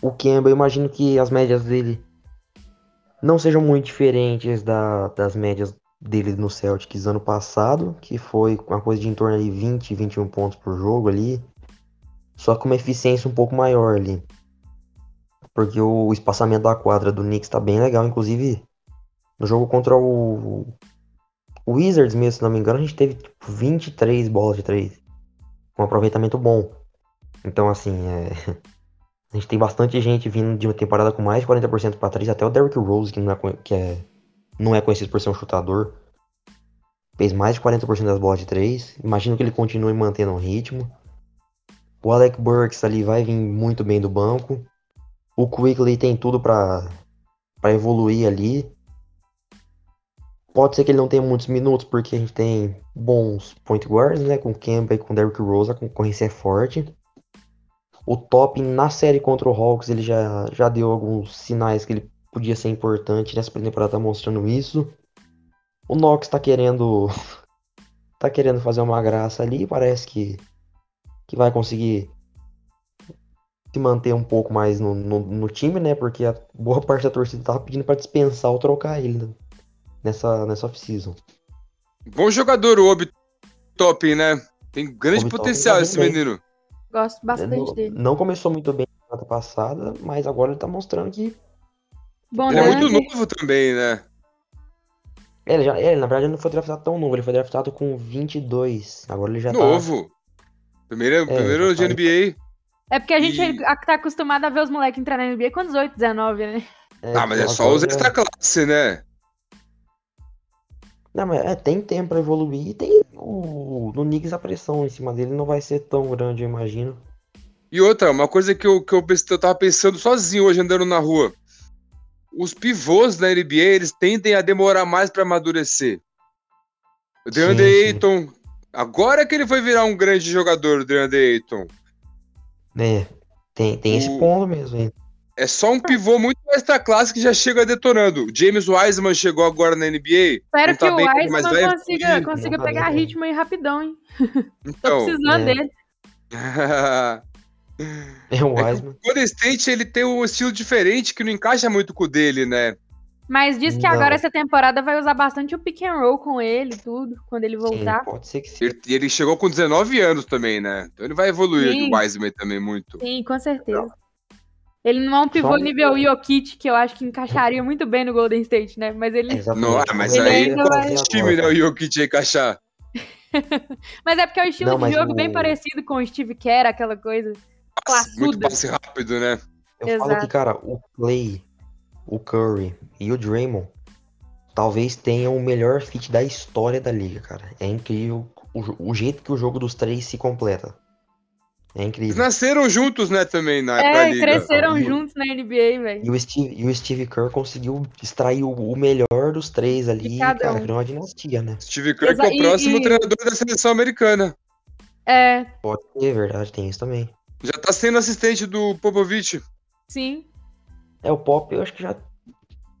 Speaker 3: O Kemba, eu imagino que as médias dele não sejam muito diferentes da- das médias dele no Celtics ano passado, que foi uma coisa de em torno de 20, 21 pontos por jogo ali. Só com uma eficiência um pouco maior ali. Porque o espaçamento da quadra do Knicks tá bem legal, inclusive no jogo contra o o Wizards mesmo, se não me engano, a gente teve tipo, 23 bolas de 3, com um aproveitamento bom. Então assim, é... (laughs) a gente tem bastante gente vindo de uma temporada com mais de 40% pra 3, até o Derrick Rose, que não é, conhe- que é- não é conhecido por ser um chutador, fez mais de 40% das bolas de 3, imagino que ele continue mantendo o ritmo. O Alec Burks ali vai vir muito bem do banco. O Quickly tem tudo pra pra evoluir ali. Pode ser que ele não tenha muitos minutos, porque a gente tem bons point guards, né? Com o Kemba e com o Derrick Rose, a concorrência é forte. O Top na série contra o Hawks, ele já, já deu alguns sinais que ele podia ser importante. Nessa temporada tá mostrando isso. O Knox tá querendo. (laughs) tá querendo fazer uma graça ali. Parece que, que vai conseguir se manter um pouco mais no, no, no time, né? Porque a boa (laughs) parte da torcida tava pedindo pra dispensar ou trocar ele nessa, nessa off-season.
Speaker 2: Bom jogador o Obi Toppin, né? Tem grande
Speaker 3: Obi Toppin tá
Speaker 2: potencial
Speaker 3: jogando
Speaker 2: esse
Speaker 3: bem.
Speaker 2: menino.
Speaker 1: Gosto bastante
Speaker 3: Não,
Speaker 1: dele.
Speaker 3: não começou muito bem na temporada passada, mas agora ele tá mostrando que.
Speaker 1: Bom, né?
Speaker 2: Ele é muito
Speaker 1: Dante,
Speaker 2: novo também, né?
Speaker 3: Ele já, ele, na verdade, ele não foi draftado tão novo, ele foi draftado com 22. Agora ele já tá.
Speaker 2: Novo. Primeiro, primeiro
Speaker 3: já
Speaker 2: de
Speaker 3: tá-
Speaker 2: NBA.
Speaker 1: é porque a gente
Speaker 2: E-
Speaker 1: a- tá acostumado a ver os moleques entrar na NBA com 18, 19, né?
Speaker 2: ah, mas é só os
Speaker 3: tipo, agora-
Speaker 2: extra classe, né?
Speaker 3: Não, mas é, tem tempo pra evoluir e tem. O, no Knicks a pressão em cima dele não vai ser tão grande, eu imagino.
Speaker 2: E outra, uma coisa que eu, que eu, pense- eu tava pensando sozinho hoje andando na rua. Os pivôs na NBA, eles tendem a demorar mais pra amadurecer. O DeAndre
Speaker 3: Sim, sim.
Speaker 2: Ayton, agora que ele foi virar um grande jogador, o DeAndre Ayton.
Speaker 3: É, tem, tem esse
Speaker 2: O-
Speaker 3: ponto mesmo. hein? (laughs)
Speaker 2: É só um pivô muito extra classe que já chega detonando. O James Wiseman chegou agora na NBA.
Speaker 1: Espero
Speaker 2: Não tá
Speaker 1: que o
Speaker 2: bem, mas vai
Speaker 1: Wiseman consiga,
Speaker 2: evoluir.
Speaker 1: consiga
Speaker 3: Não tá
Speaker 1: pegar
Speaker 3: bem.
Speaker 1: ritmo aí rapidão, hein? Tô
Speaker 2: Então.
Speaker 1: precisando
Speaker 3: é.
Speaker 1: dele.
Speaker 2: É que-
Speaker 3: É o Wiseman.
Speaker 2: (laughs) o Golden State ele tem um estilo diferente que não encaixa muito com o dele, né?
Speaker 1: Mas diz que
Speaker 3: Não.
Speaker 1: agora essa temporada vai usar bastante o pick and roll com ele, tudo, quando ele
Speaker 3: Sim,
Speaker 1: voltar.
Speaker 3: pode ser que sim.
Speaker 2: Ele, ele chegou com 19 anos também, né? Então ele vai evoluir
Speaker 1: Sim.
Speaker 2: o Wiseman também muito.
Speaker 1: Sim, com certeza. Ele não é um pivô
Speaker 3: Só um-
Speaker 1: nível Jokic, que eu acho que encaixaria muito bem no Golden State, né? Mas ele.
Speaker 3: É, Exatamente.
Speaker 2: Não, ah, mas
Speaker 1: Ele
Speaker 2: aí
Speaker 1: ainda
Speaker 2: qual
Speaker 1: vai-
Speaker 2: o time, né? O Jokic ia encaixar.
Speaker 1: Mas é porque é um estilo
Speaker 3: Não,
Speaker 1: de
Speaker 3: mas
Speaker 1: jogo
Speaker 3: o-
Speaker 1: bem parecido com o Steve Kerr, aquela coisa.
Speaker 2: Passe, muito
Speaker 1: Classuda.
Speaker 2: passe rápido, né?
Speaker 3: Eu falo
Speaker 1: Exato.
Speaker 3: que, cara, o Clay, o Curry e o Draymond talvez tenham o melhor fit da história da liga, cara. É incrível o, jo- o jeito que o jogo dos três se completa. É
Speaker 2: Eles
Speaker 3: incrível.
Speaker 2: nasceram juntos, né, também na época da
Speaker 1: É,
Speaker 2: liga.
Speaker 1: cresceram
Speaker 3: E-
Speaker 1: juntos na NBA, velho.
Speaker 3: E o, Steve, e o Steve Kerr conseguiu extrair o, o melhor dos três ali.
Speaker 1: De cada
Speaker 3: Cara,
Speaker 1: um.
Speaker 3: virou uma dinastia, né?
Speaker 2: Steve Kerr que é
Speaker 1: Exa-
Speaker 2: o
Speaker 1: e-
Speaker 2: próximo
Speaker 1: e-
Speaker 2: treinador da seleção americana.
Speaker 1: É,
Speaker 3: Pode ser, verdade, tem isso também.
Speaker 2: Já tá sendo assistente do Popovich.
Speaker 1: sim.
Speaker 3: É, o Pop, eu acho que já.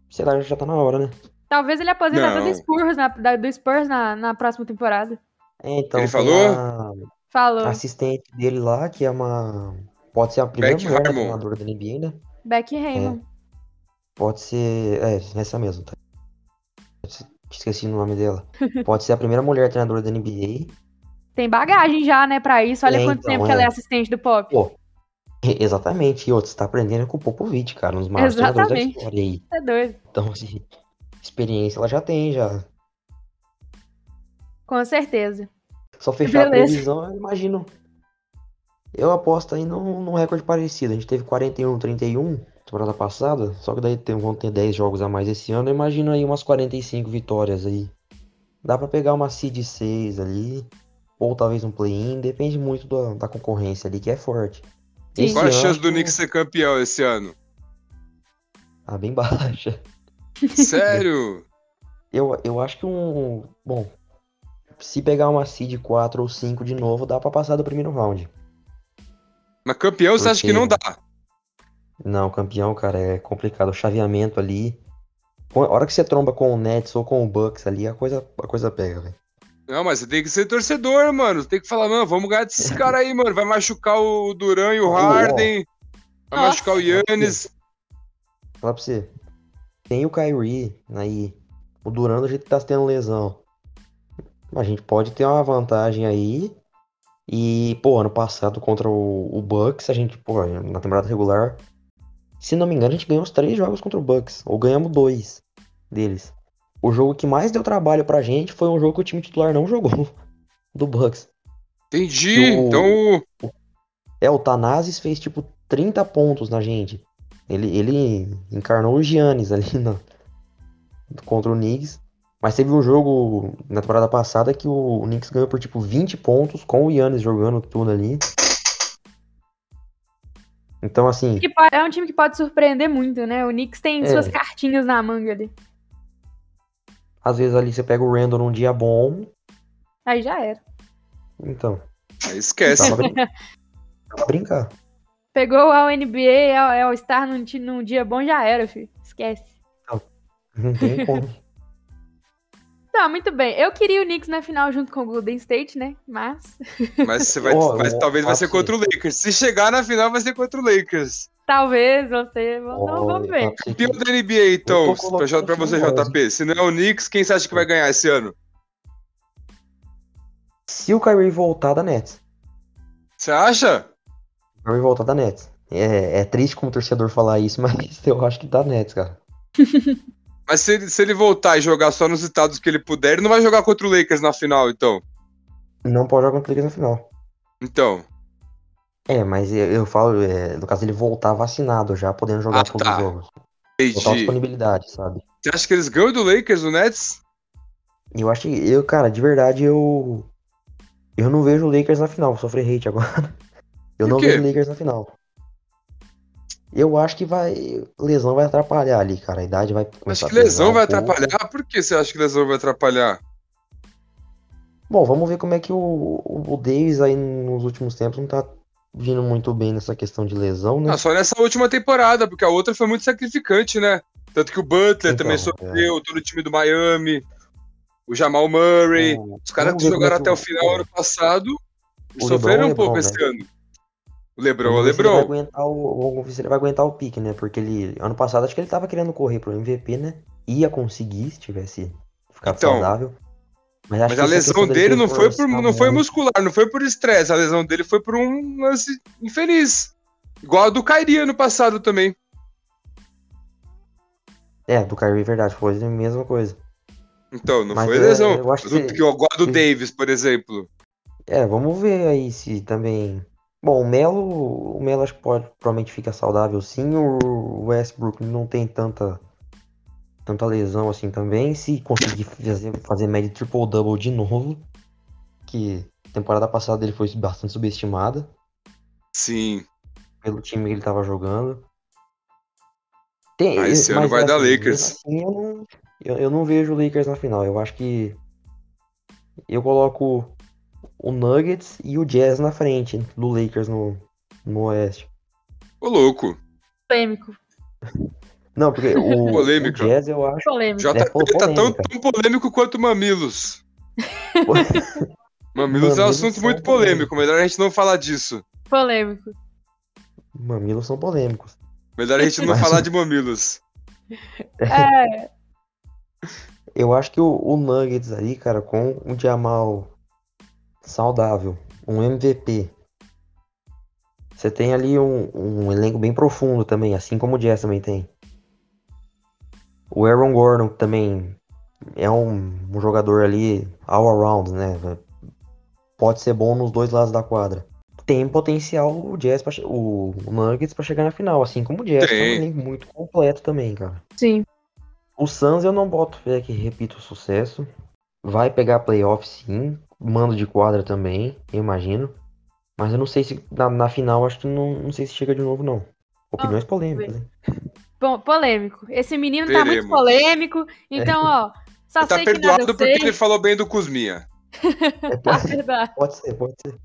Speaker 3: Sei lá, já tá na hora, né?
Speaker 1: Talvez ele aposente até
Speaker 2: Não.
Speaker 1: do Spurs, na, da- do Spurs na, na próxima temporada.
Speaker 3: É, então.
Speaker 2: Ele
Speaker 3: tem
Speaker 2: falou?
Speaker 3: a-
Speaker 1: Falou.
Speaker 3: a assistente dele lá, que é uma. Pode ser a primeira
Speaker 2: Beck
Speaker 3: mulher né,
Speaker 2: Harmon.
Speaker 3: treinadora da NBA, né?
Speaker 1: Beck Raymond.
Speaker 3: É. Pode ser. É, essa mesmo, tá? Esqueci o nome dela. Pode ser a primeira mulher treinadora da NBA.
Speaker 1: Tem bagagem já, né, pra isso. Olha
Speaker 3: É,
Speaker 1: quanto
Speaker 3: então,
Speaker 1: tempo que ela é
Speaker 3: é.
Speaker 1: assistente do Pop.
Speaker 3: Pô, E- Exatamente. E outro, você tá aprendendo com o Popovich, cara. Um dos maiores treinadores
Speaker 1: Exatamente.
Speaker 3: da história aí.
Speaker 1: Tá doido.
Speaker 3: Então, assim, experiência ela já tem, já.
Speaker 1: Com certeza.
Speaker 3: Só fechar
Speaker 1: É Beleza.
Speaker 3: a previsão, eu imagino. Eu aposto aí num, num recorde parecido. A gente teve 41, 31 temporada passada, só que daí tem- vão ter 10 jogos a mais esse ano. Eu imagino aí umas 45 vitórias aí. Dá pra pegar uma seed 6 ali, ou talvez um play-in, depende muito da, da concorrência ali, que é forte.
Speaker 1: Sim.
Speaker 2: Qual a
Speaker 3: ano,
Speaker 2: chance do
Speaker 3: acho que
Speaker 2: Knicks ser campeão esse
Speaker 1: (laughs)
Speaker 2: ano?
Speaker 3: Tá bem (laughs) baixa.
Speaker 2: Sério?
Speaker 3: Eu, eu acho que um. Bom, se pegar uma seed 4 ou 5 de novo, dá pra passar do primeiro round.
Speaker 2: Mas campeão você acha que não dá?
Speaker 3: Não, campeão, cara, é complicado. O chaveamento ali. Com- A hora que você tromba com o Nets ou com o Bucks ali, a coisa, a coisa pega, velho.
Speaker 2: Não, mas você tem que ser torcedor, mano. Você tem que falar, mano, vamos ganhar
Speaker 3: (laughs)
Speaker 2: desses caras aí, mano. Vai machucar o Duran e o
Speaker 3: Ó, ó.
Speaker 2: Harden. Vai
Speaker 1: Nossa.
Speaker 2: machucar o Yannis.
Speaker 3: Falar pra você. Tem o Kyrie aí. O Duran do jeito que tá tendo lesão. A gente pode ter uma vantagem aí. E, pô, ano passado contra o, o Bucks, a gente, pô, na temporada regular, se não me engano, a gente ganhou os três jogos contra o Bucks. Ou ganhamos dois deles. O jogo que mais deu trabalho pra gente foi um jogo que o time titular não jogou. (laughs) Do Bucks.
Speaker 2: Entendi.
Speaker 3: E o-
Speaker 2: Então,
Speaker 3: É, o Tanazes fez tipo 30 pontos na gente. Ele, ele encarnou o Giannis ali na, contra o Knicks. Mas teve um jogo na temporada passada que o, o Knicks ganhou por tipo 20 pontos com o Giannis jogando tudo ali. Então, assim,
Speaker 1: Que po- É um time que pode surpreender muito, né? O Knicks tem
Speaker 3: É.
Speaker 1: suas cartinhas na manga ali.
Speaker 3: às vezes ali você pega o Randall num dia bom.
Speaker 1: Aí já era.
Speaker 3: Então,
Speaker 2: aí
Speaker 3: dá
Speaker 2: esquece.
Speaker 3: pra, brin- dá
Speaker 1: (laughs)
Speaker 3: pra brincar.
Speaker 1: Pegou ao NBA, ao, ao estar é num, ti- num dia bom, já era, filho. Esquece.
Speaker 3: Não tem como.
Speaker 1: Tá, muito bem. Eu queria o Knicks na final junto com o Golden State, né? Mas (laughs)
Speaker 2: Mas, você vai,
Speaker 3: Ó, é
Speaker 2: mas
Speaker 3: ó,
Speaker 2: talvez vai
Speaker 3: ó,
Speaker 2: ser
Speaker 3: sim.
Speaker 2: contra o Lakers. Se chegar na final, vai ser contra o Lakers.
Speaker 1: talvez você. Então, vamos
Speaker 3: Olha, tá.
Speaker 1: ver.
Speaker 3: pra você que-
Speaker 2: Campeão da NBA,
Speaker 3: Eu
Speaker 2: então,
Speaker 3: tô colocando
Speaker 2: pra, J- pra você,
Speaker 3: assim, cara.
Speaker 2: JP. Se não é o Knicks, quem você acha que vai ganhar esse ano?
Speaker 3: Se o Kyrie voltar da Nets.
Speaker 2: Você acha?
Speaker 3: Vai voltar da Nets. É, é triste como torcedor falar isso, (laughs) mas eu acho que dá Nets, cara.
Speaker 2: Mas se ele, se ele voltar e jogar só nos estados que ele puder, ele não vai jogar contra o Lakers na final, então.
Speaker 3: Não pode jogar contra o Lakers na final.
Speaker 2: Então,
Speaker 3: É, mas eu, eu falo, é, no caso, ele voltar vacinado já, podendo jogar
Speaker 2: Ah,
Speaker 3: todos
Speaker 2: tá.
Speaker 3: os jogos. Total
Speaker 2: entendi.
Speaker 3: disponibilidade, sabe?
Speaker 2: Você acha que eles ganham do Lakers, do Nets?
Speaker 3: E Eu acho que, eu, cara, de verdade, eu. Eu não vejo o Lakers na final, vou sofrer hate agora. (laughs) Eu
Speaker 2: Por
Speaker 3: não
Speaker 2: quê?
Speaker 3: vejo o Lakers na final. Eu acho que vai. Lesão vai atrapalhar ali, cara. A idade vai começar
Speaker 2: Acho que
Speaker 3: a pesar
Speaker 2: lesão vai
Speaker 3: um pouco.
Speaker 2: atrapalhar? Por que você acha que lesão vai atrapalhar?
Speaker 3: Bom, vamos ver como é que o, o o Davis aí nos últimos tempos não tá vindo muito bem nessa questão de lesão, né?
Speaker 2: Ah, só nessa última temporada, porque a outra foi muito sacrificante, né? Tanto que o Butler
Speaker 3: Então,
Speaker 2: também
Speaker 3: é.
Speaker 2: sofreu, todo o time do Miami, o Jamal Murray,
Speaker 3: O-
Speaker 2: os caras
Speaker 3: vamos
Speaker 2: que
Speaker 3: ver como é
Speaker 2: jogaram
Speaker 3: que
Speaker 2: até
Speaker 3: o-
Speaker 2: o final ano passado
Speaker 3: o
Speaker 2: sofreram
Speaker 3: LeBron é
Speaker 2: um pouco
Speaker 3: bom,
Speaker 2: esse
Speaker 3: né?
Speaker 2: ano. O Lebron, o
Speaker 3: vamos ver se ele vai
Speaker 2: Lebron.
Speaker 3: aguentar o- Vamos ver se ele vai aguentar o pique, né? Porque ele, ano passado, acho que ele tava querendo correr pro MVP, né? Ia conseguir se tivesse ficado
Speaker 2: Então.
Speaker 3: saudável. Mas,
Speaker 2: Mas
Speaker 3: acho que
Speaker 2: a
Speaker 3: essa
Speaker 2: lesão
Speaker 3: questão
Speaker 2: dele não
Speaker 3: ter
Speaker 2: foi, por, não
Speaker 3: forçado
Speaker 2: foi
Speaker 3: muito-
Speaker 2: muscular, não foi por estresse. A lesão dele foi por um lance infeliz. Igual a do Kairi ano passado também.
Speaker 3: É, do Kyrie, verdade, foi a mesma coisa.
Speaker 2: Então, não
Speaker 3: Mas
Speaker 2: foi
Speaker 3: eu-
Speaker 2: lesão.
Speaker 3: eu acho
Speaker 2: Mas o-
Speaker 3: que-
Speaker 2: Igual a do Davis, por exemplo.
Speaker 3: É, vamos ver aí se também. Bom, o Melo, o Melo acho que pode, provavelmente fica saudável sim. O Westbrook não tem tanta tanta lesão assim também. Se conseguir fazer, fazer média de triple-double de novo, que temporada passada ele foi bastante subestimada.
Speaker 2: Sim.
Speaker 3: pelo time que ele tava jogando. Tem,
Speaker 2: Ah, esse
Speaker 3: mas
Speaker 2: ano vai
Speaker 3: é
Speaker 2: dar
Speaker 3: assim,
Speaker 2: Lakers.
Speaker 3: assim, eu, não, eu- eu não vejo o Lakers na final. Eu acho que eu coloco o Nuggets e o Jazz na frente do Lakers no, no Oeste.
Speaker 2: Ô, louco.
Speaker 1: Polêmico,
Speaker 3: Não,
Speaker 2: (laughs)
Speaker 3: porque o, o
Speaker 2: Polêmico.
Speaker 3: Jazz eu acho.
Speaker 1: polêmico.
Speaker 2: JP
Speaker 3: É, pô,
Speaker 2: tá tão,
Speaker 3: polêmica.
Speaker 2: tão polêmico quanto Mamilos.
Speaker 3: (laughs)
Speaker 2: Mamilos é um
Speaker 3: Mamilos
Speaker 2: assunto
Speaker 3: são
Speaker 2: muito
Speaker 3: polêmicos.
Speaker 2: polêmico. Melhor a gente não falar disso. (laughs)
Speaker 1: Polêmico.
Speaker 3: Mamilos são polêmicos.
Speaker 2: Melhor a gente não
Speaker 3: Mas-
Speaker 2: falar de Mamilos.
Speaker 1: É,
Speaker 3: Eu acho que o, o Nuggets aí, cara, com um Jamal saudável, um MVP. Você tem ali um, um elenco bem profundo também, assim como o Jazz também tem. O Aaron Gordon também é um, um jogador ali all around, né? Pode ser bom nos dois lados da quadra. Tem potencial o Jazz, pra, che- o Nuggets pra chegar na final, assim como o Jazz, que é
Speaker 2: Tem.
Speaker 3: um elenco muito completo também, cara.
Speaker 1: sim.
Speaker 3: O Suns eu não boto fé que repita o sucesso. Vai pegar playoff sim. Mando de quadra também, eu imagino. Mas eu não sei se na, na final, acho que não, não sei se chega de novo, não. Opiniões
Speaker 1: Ah,
Speaker 3: polêmicas, né?
Speaker 1: Bom, polêmico. Esse menino tá muito
Speaker 2: Veremos.
Speaker 1: polêmico. Então, ó, só
Speaker 2: Ele tá
Speaker 1: sei que nada
Speaker 2: perdoado porque
Speaker 1: sei.
Speaker 2: ele falou bem do Cusminha.
Speaker 3: É,
Speaker 1: (laughs) Tá
Speaker 3: pode,
Speaker 1: perdoado.
Speaker 3: pode ser, pode ser.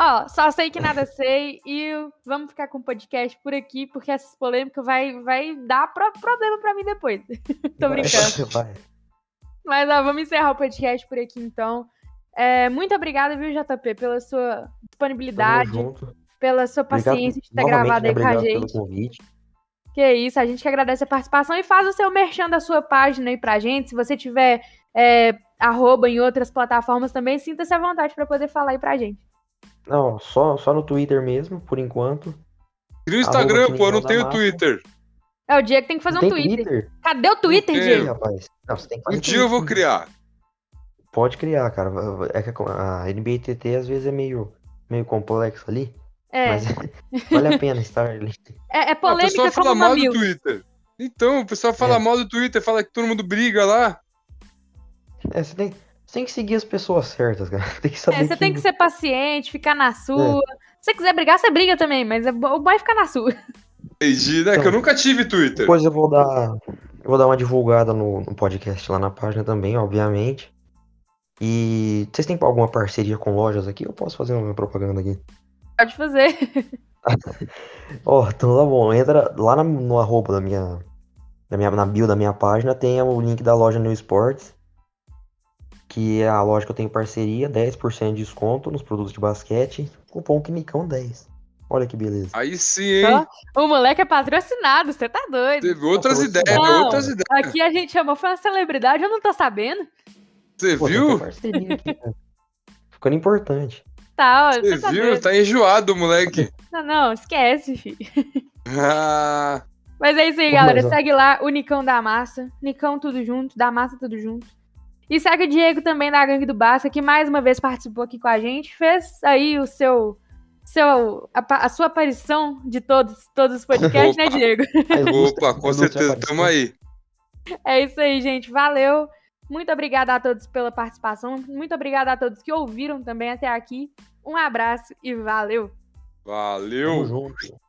Speaker 1: Ó, só sei que nada sei e vamos ficar com o podcast por aqui, porque essas polêmicas vai, vai dar pro- problema pra mim depois. (laughs) Tô brincando.
Speaker 3: Vai, vai.
Speaker 1: Mas ó, vamos encerrar o podcast por aqui então. É, muito obrigada, viu, JP, pela sua
Speaker 3: Tamo
Speaker 1: disponibilidade,
Speaker 3: junto.
Speaker 1: pela sua paciência de ter gravado
Speaker 3: novamente,
Speaker 1: aí com
Speaker 3: né,
Speaker 1: a
Speaker 3: obrigado
Speaker 1: gente.
Speaker 3: pelo convite.
Speaker 1: Que isso, a gente que agradece a participação e faz o seu merchan da sua página aí pra gente. Se você tiver é, arroba em outras plataformas também, sinta-se à vontade pra poder falar aí pra gente.
Speaker 3: Não, só, só no Twitter mesmo, por enquanto.
Speaker 2: Cria o
Speaker 3: Arroba
Speaker 2: Instagram, pô, eu não
Speaker 3: Timigão da
Speaker 2: tenho
Speaker 3: Massa.
Speaker 2: Twitter.
Speaker 1: É o Diego tem que fazer
Speaker 3: tem
Speaker 1: um Twitter.
Speaker 3: Twitter?
Speaker 1: Cadê o Twitter,
Speaker 2: Não
Speaker 1: Diego?
Speaker 3: Tem, rapaz. Não, você tem que
Speaker 2: Um
Speaker 3: fazer
Speaker 2: dia eu vou
Speaker 3: Twitter.
Speaker 2: criar.
Speaker 3: Pode criar, cara. É que a a NBA TT às vezes é meio, meio complexo ali.
Speaker 1: É,
Speaker 3: Mas (laughs) vale a pena estar ali.
Speaker 1: é, é
Speaker 2: Ah, o pessoal
Speaker 1: polêmica
Speaker 2: fala
Speaker 1: como
Speaker 2: mal do
Speaker 1: mamilo.
Speaker 2: Twitter. Então, o pessoal fala
Speaker 3: É.
Speaker 2: mal do Twitter, fala que todo mundo briga lá.
Speaker 3: É, você tem, você tem que seguir as pessoas certas, cara. (laughs) Tem que saber
Speaker 1: É, você tem que
Speaker 3: quem-
Speaker 1: ser paciente, ficar na sua.
Speaker 3: É.
Speaker 1: Se você quiser brigar, você briga também, mas é bo- o bom é ficar na sua. (laughs)
Speaker 2: Entendi, né?
Speaker 3: Então.
Speaker 2: Que eu nunca tive Twitter.
Speaker 3: Depois eu vou dar, eu vou dar uma divulgada no, no podcast lá na página também, obviamente. E vocês têm alguma parceria com lojas aqui? Eu posso fazer uma propaganda aqui.
Speaker 1: Pode fazer.
Speaker 3: Ó, então tá bom. Entra lá na- no arroba da minha, da minha. Na bio da minha página tem o link da loja New Sports. Que é a loja que eu tenho parceria, 10% de desconto nos produtos de basquete. Cupom Quimicão 10. Olha que beleza.
Speaker 2: Aí sim, hein?
Speaker 1: O moleque é patrocinado, você tá doido.
Speaker 2: Teve outras
Speaker 3: Não.
Speaker 2: ideias,
Speaker 3: tá
Speaker 2: outras ideias.
Speaker 1: Aqui a gente chamou, foi uma celebridade, eu não tô sabendo.
Speaker 2: Você
Speaker 3: Pô, tá tem que ter
Speaker 2: viu?
Speaker 3: parceria aqui, cara. Ficando importante.
Speaker 1: Tá, ó, você,
Speaker 2: Você
Speaker 1: tá
Speaker 2: viu?
Speaker 1: doido.
Speaker 2: Tá enjoado, moleque. (laughs)
Speaker 1: Não, não, esquece, filho.
Speaker 2: Ah,
Speaker 1: Mas é isso aí,
Speaker 3: Pô,
Speaker 1: galera.
Speaker 3: mas, ó.
Speaker 1: Segue lá o Nicão da Massa. Nicão tudo junto, da Massa tudo junto. E segue o Diego também da Gangue do Basca, que mais uma vez participou aqui com a gente. Fez aí o seu. seu a, pa- a sua aparição de todos, todos os podcasts, né,
Speaker 2: Opa.
Speaker 1: Diego?
Speaker 3: A ilustre
Speaker 2: opa, com
Speaker 3: ilustre
Speaker 2: certeza.
Speaker 3: aparição.
Speaker 2: Tamo aí.
Speaker 1: É isso aí, gente. Valeu. Muito obrigada a todos pela participação. Muito obrigada a todos que ouviram também até aqui. Um abraço e valeu!
Speaker 3: Tamo
Speaker 2: Valeu.
Speaker 3: junto.